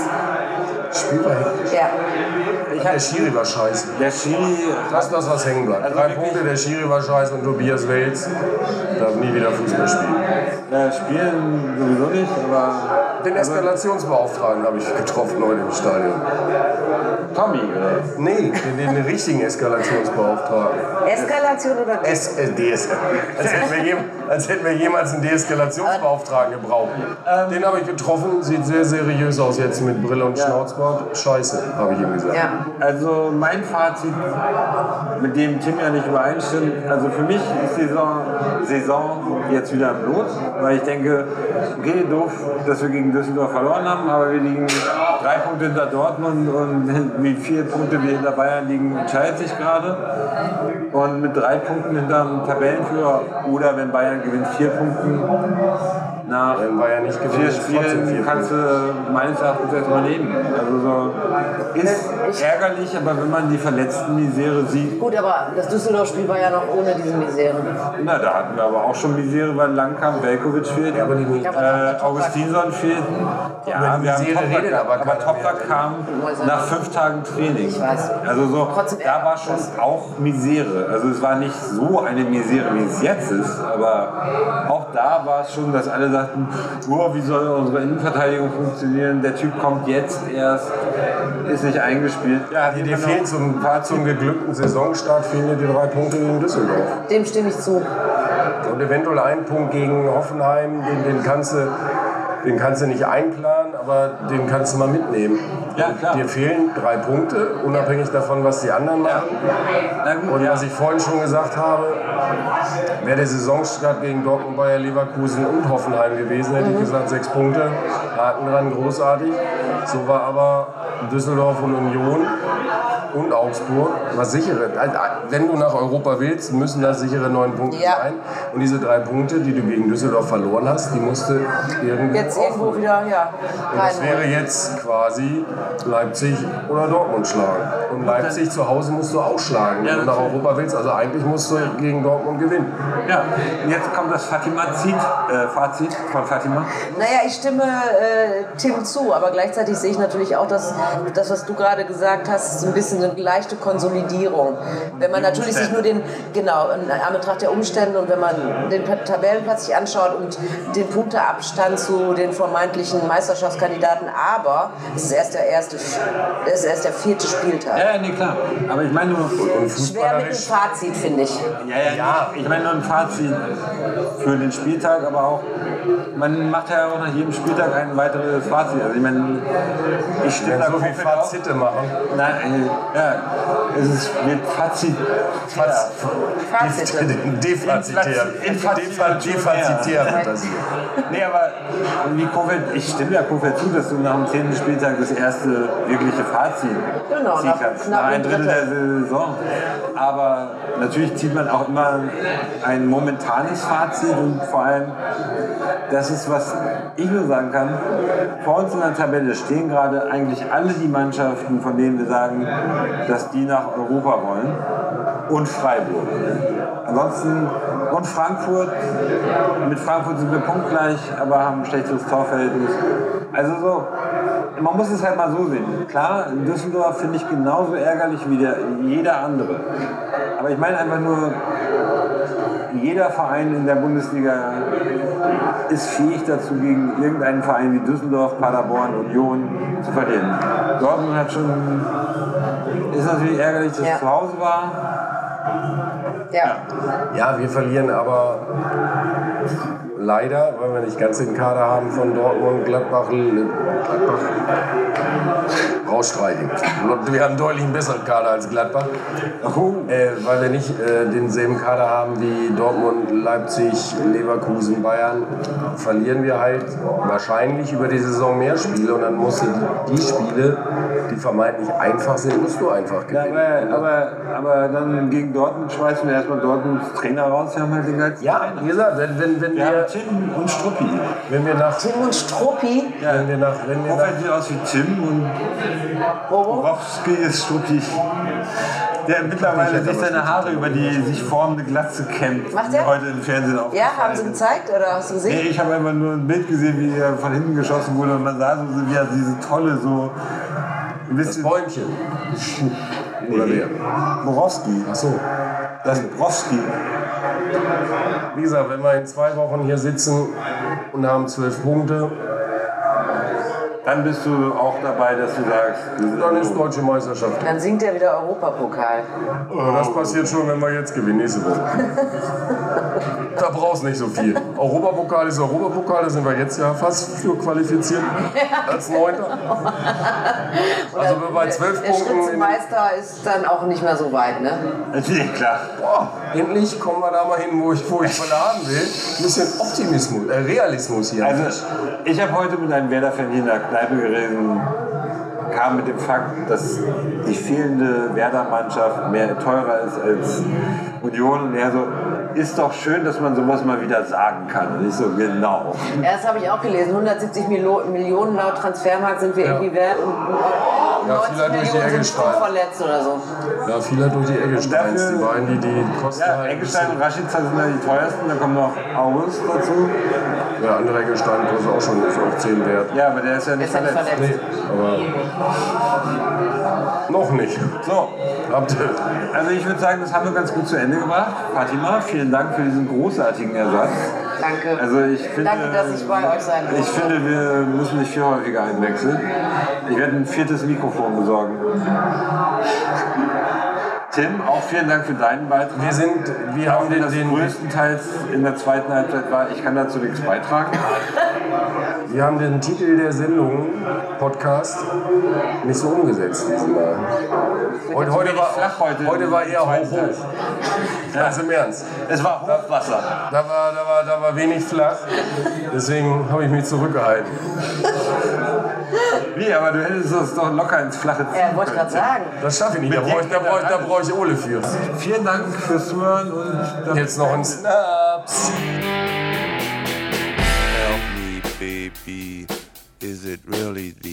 Spiel war hektisch. ja. Der Schiri war scheiße. Der Schiri. Das das, was hängen bleibt. Drei Punkte, der Schiri war scheiße und Tobias Welz darf nie wieder Fußball spielen. Ja, äh, spielen sowieso nicht, aber. also Den Eskalationsbeauftragten habe ich getroffen heute im Stadion. Tommy, oder? Nee, den, den richtigen Eskalationsbeauftragten. Eskalation oder S äh, DS. Als hätten, wir jem, als hätten wir jemals einen Deeskalationsbeauftragten gebraucht. Den habe ich getroffen, sieht sehr seriös aus jetzt mit Brille und Schnauzbart. Scheiße, habe ich ihm gesagt. Also mein Fazit, mit dem Tim ja nicht übereinstimmt, also für mich ist Saison, Saison jetzt wieder im Lot, weil ich denke, okay, doof, dass wir gegen Düsseldorf verloren haben, aber wir liegen drei Punkte hinter Dortmund und wie vier Punkte wir hinter Bayern liegen, entscheidet sich gerade. Und mit drei Punkten hinter dem Tabellenführer oder wenn Bayern gewinnt, vier Punkten nach vier gewinnt, trotzdem Spielen vier kannst du äh, meines Erachtens erstmal leben. Also so ist ärgerlich, aber wenn man die verletzten Misere sieht, Gut, aber das Düsseldorf-Spiel war ja noch ohne diese Misere. na da hatten wir aber auch schon Misere, weil Langkamp, Velkovic fehlt, äh, Augustinsson fehlt. Ja, Über wir haben Misere Toprak redet gehabt, aber ne? aber Toprak kam nach fünf Tagen Training. Also so, da war schon auch Misere. Also es war nicht so eine Misere, wie es jetzt ist, aber auch da war es schon, dass alle sagten, oh, wie soll unsere Innenverteidigung funktionieren? Der Typ kommt jetzt erst, ist nicht eingespielt. Ja, Dir, dir fehlen zum, zum geglückten Saisonstart fehlen dir die drei Punkte gegen Düsseldorf. Dem stimme ich zu. Und eventuell ein Punkt gegen Hoffenheim, den, den, kannst, du, den kannst du nicht einplanen, aber den kannst du mal mitnehmen. Ja, klar. Dir fehlen drei Punkte, unabhängig davon, was die anderen machen. Und was ich vorhin schon gesagt habe, wäre der Saisonstart gegen Dortmund, Bayer Leverkusen und Hoffenheim gewesen, hätte Mhm. ich gesagt, sechs Punkte, Haken dran, großartig. So war aber Düsseldorf und Union. und Augsburg, was sichere. Also, Wenn du nach Europa willst, müssen da sichere neun Punkte sein. Und diese drei Punkte, die du gegen Düsseldorf verloren hast, die musste irgendwie. Jetzt irgendwo wieder, ja. Und das wäre jetzt quasi Leipzig oder Dortmund schlagen. Und Leipzig zu Hause musst du auch schlagen, wenn du nach Europa willst. Also eigentlich musst du gegen Dortmund gewinnen. Ja, jetzt kommt das Fatima-Zit, äh, Fazit von Fatima. Naja, ich stimme äh, Tim zu, aber gleichzeitig sehe ich natürlich auch, dass das, was du gerade gesagt hast, so ein bisschen eine leichte Konsolidierung. Wenn man natürlich sich nur den, genau, in Anbetracht der Umstände und wenn man den Pa- Tabellenplatz sich anschaut und den Punkteabstand zu den vermeintlichen Meisterschaftskandidaten, aber es ist erst der erste, es ist erst der vierte Spieltag. Ja, nee, klar. Aber ich meine nur. Schwer mit dem Fazit, finde ich. Ja, ja, ja. Ich meine nur ein Fazit für den Spieltag, aber auch. Man macht ja auch nach jedem Spieltag ein weiteres Fazit. Also ich meine, ich stimme Wenn da so viel komplett Fazite machen. auf. Nein, äh, ja, es ist mit Fazit. Faz Defazitär. Defa- Defazitär wird das hier. Nee, aber wie Kofeld, ich stimme ja Kofeld zu, dass du nach dem 10. Spieltag das erste wirkliche Fazit Genau, ziehen nach- kannst. nach Nach einem dem Drittel der Saison. Aber natürlich zieht man auch immer ein momentanes Fazit und vor allem, das ist, was ich nur sagen kann, vor uns in der Tabelle stehen gerade eigentlich alle die Mannschaften, von denen wir sagen, dass die nach Europa wollen. Und Freiburg. Ansonsten und Frankfurt. Mit Frankfurt sind wir punktgleich, aber haben ein schlechteres Torverhältnis. Also so, man muss es halt mal so sehen. Klar, Düsseldorf finde ich genauso ärgerlich wie der, jeder andere. Aber ich meine einfach nur, jeder Verein in der Bundesliga ist fähig dazu, gegen irgendeinen Verein wie Düsseldorf, Paderborn, Union zu verlieren. Dortmund hat schon, ist natürlich ärgerlich, dass es zu Hause war. Ja. Ja, wir verlieren aber leider, weil wir nicht ganz den Kader haben von Dortmund, Gladbach, L- Gladbach rausstreichen. Wir haben deutlich einen besseren Kader als Gladbach, äh, weil wir nicht äh, denselben Kader haben wie Dortmund, Leipzig, Leverkusen, Bayern. Verlieren wir halt wahrscheinlich über die Saison mehr Spiele und dann musst du die, die Spiele, die vermeintlich einfach sind, musst du einfach gewinnen. Aber, aber, aber dann gegen Dortmund schmeißen wir erstmal Dortmunds Trainer raus. Wir haben halt den ganzen Ja, wie gesagt, wenn, wenn, wenn wir, Tim und Struppi. wenn wir nach Tim und Struppi, Wenn wir nach, wenn wir Hoffmann nach, sieht aus wie Tim und Oh, Bobo, Borowski ist Struppi. Der mittlerweile sich seine Haare über die sich formende Glatze kämmt. Macht er? die Heute im Fernsehen auf. ja, haben sie gezeigt oder hast du gesehen? Nee, ich habe einfach nur ein Bild gesehen, wie er von hinten geschossen wurde und man sah so, wie er diese tolle so. Ein das bisschen Bäumchen. Oder wer? Borowski. Ach so. Das Borowski. Wie gesagt, wenn wir in zwei Wochen hier sitzen und haben zwölf Punkte, Dann bist du auch dabei, dass du sagst, wir sind dann ist deutsche Meisterschaft. Dann singt er wieder Europapokal. Aber das passiert schon, wenn wir jetzt gewinnen nächste Woche. Da brauchst nicht so viel. Europapokal ist Europapokal, da sind wir jetzt ja fast für qualifiziert als Neunter. Also wenn wir bei zwölf Der Punkten in Spitzenmeister ist dann auch nicht mehr so weit, ne? Nee, klar. Boah, endlich kommen wir da mal hin, wo ich, wo ich mal haben will. Ein bisschen Optimismus, äh, Realismus hier. Also, ich habe heute mit einem Werder-Fan hier in der Kneipe geredet, kam mit dem Fakt, dass die fehlende Werder-Mannschaft mehr teurer ist als Union. Und er so, ist doch schön, dass man sowas mal wieder sagen kann. Und ich so, genau. Ja, das habe ich auch gelesen. 170 Milo Millionen laut Transfermarkt sind wir irgendwie wert und und Ja, viele 90 hat durch die Millionen Ecke sind gestreut. verletzt oder so. Ja, viel hat durch die Eggesteins. Die Dafür- beiden, die, die kosten Ja, halt. ein Eggestein und Rashica sind ja die teuersten, dann kommt noch August dazu. bisschen. Der andere Eggestein kostet auch schon ist auch 10 wert. Ja, aber der ist ja nicht Ist er nicht verletzt. verletzt? Aber noch nicht. So, Habt ihr. also ich würde sagen, das haben wir ganz gut zu Ende gebracht. Fatima, vielen Dank für diesen großartigen Ersatz. Danke. Also ich finde, Danke, dass ich bei euch sein Ich durfte. finde, wir müssen nicht viel häufiger einwechseln. Ich werde ein viertes Mikrofon besorgen. Tim, auch vielen Dank für deinen Beitrag. Wir sind, wir Auch haben wenn den, das den, größtenteils in der zweiten Halbzeit war, ich kann dazu nichts beitragen. wir haben den Titel der Sendung, Podcast, nicht so umgesetzt diesmal. Und heute war, heute war eher hoch, hoch. Ganz im Ernst. Es war Hochwasser. Da, da, war, da, war, da war wenig flach. Deswegen habe ich mich zurückgehalten. Wie, aber du hättest das doch locker ins flache ziehen Ja, wollte ich können. gerade sagen. Das schaffe ich nicht. Da brauche ich, da brauch ich, da brauch ich Ole für. Vielen Dank fürs Zuhören und Jetzt noch ein Snaps. Help me, baby. Is it really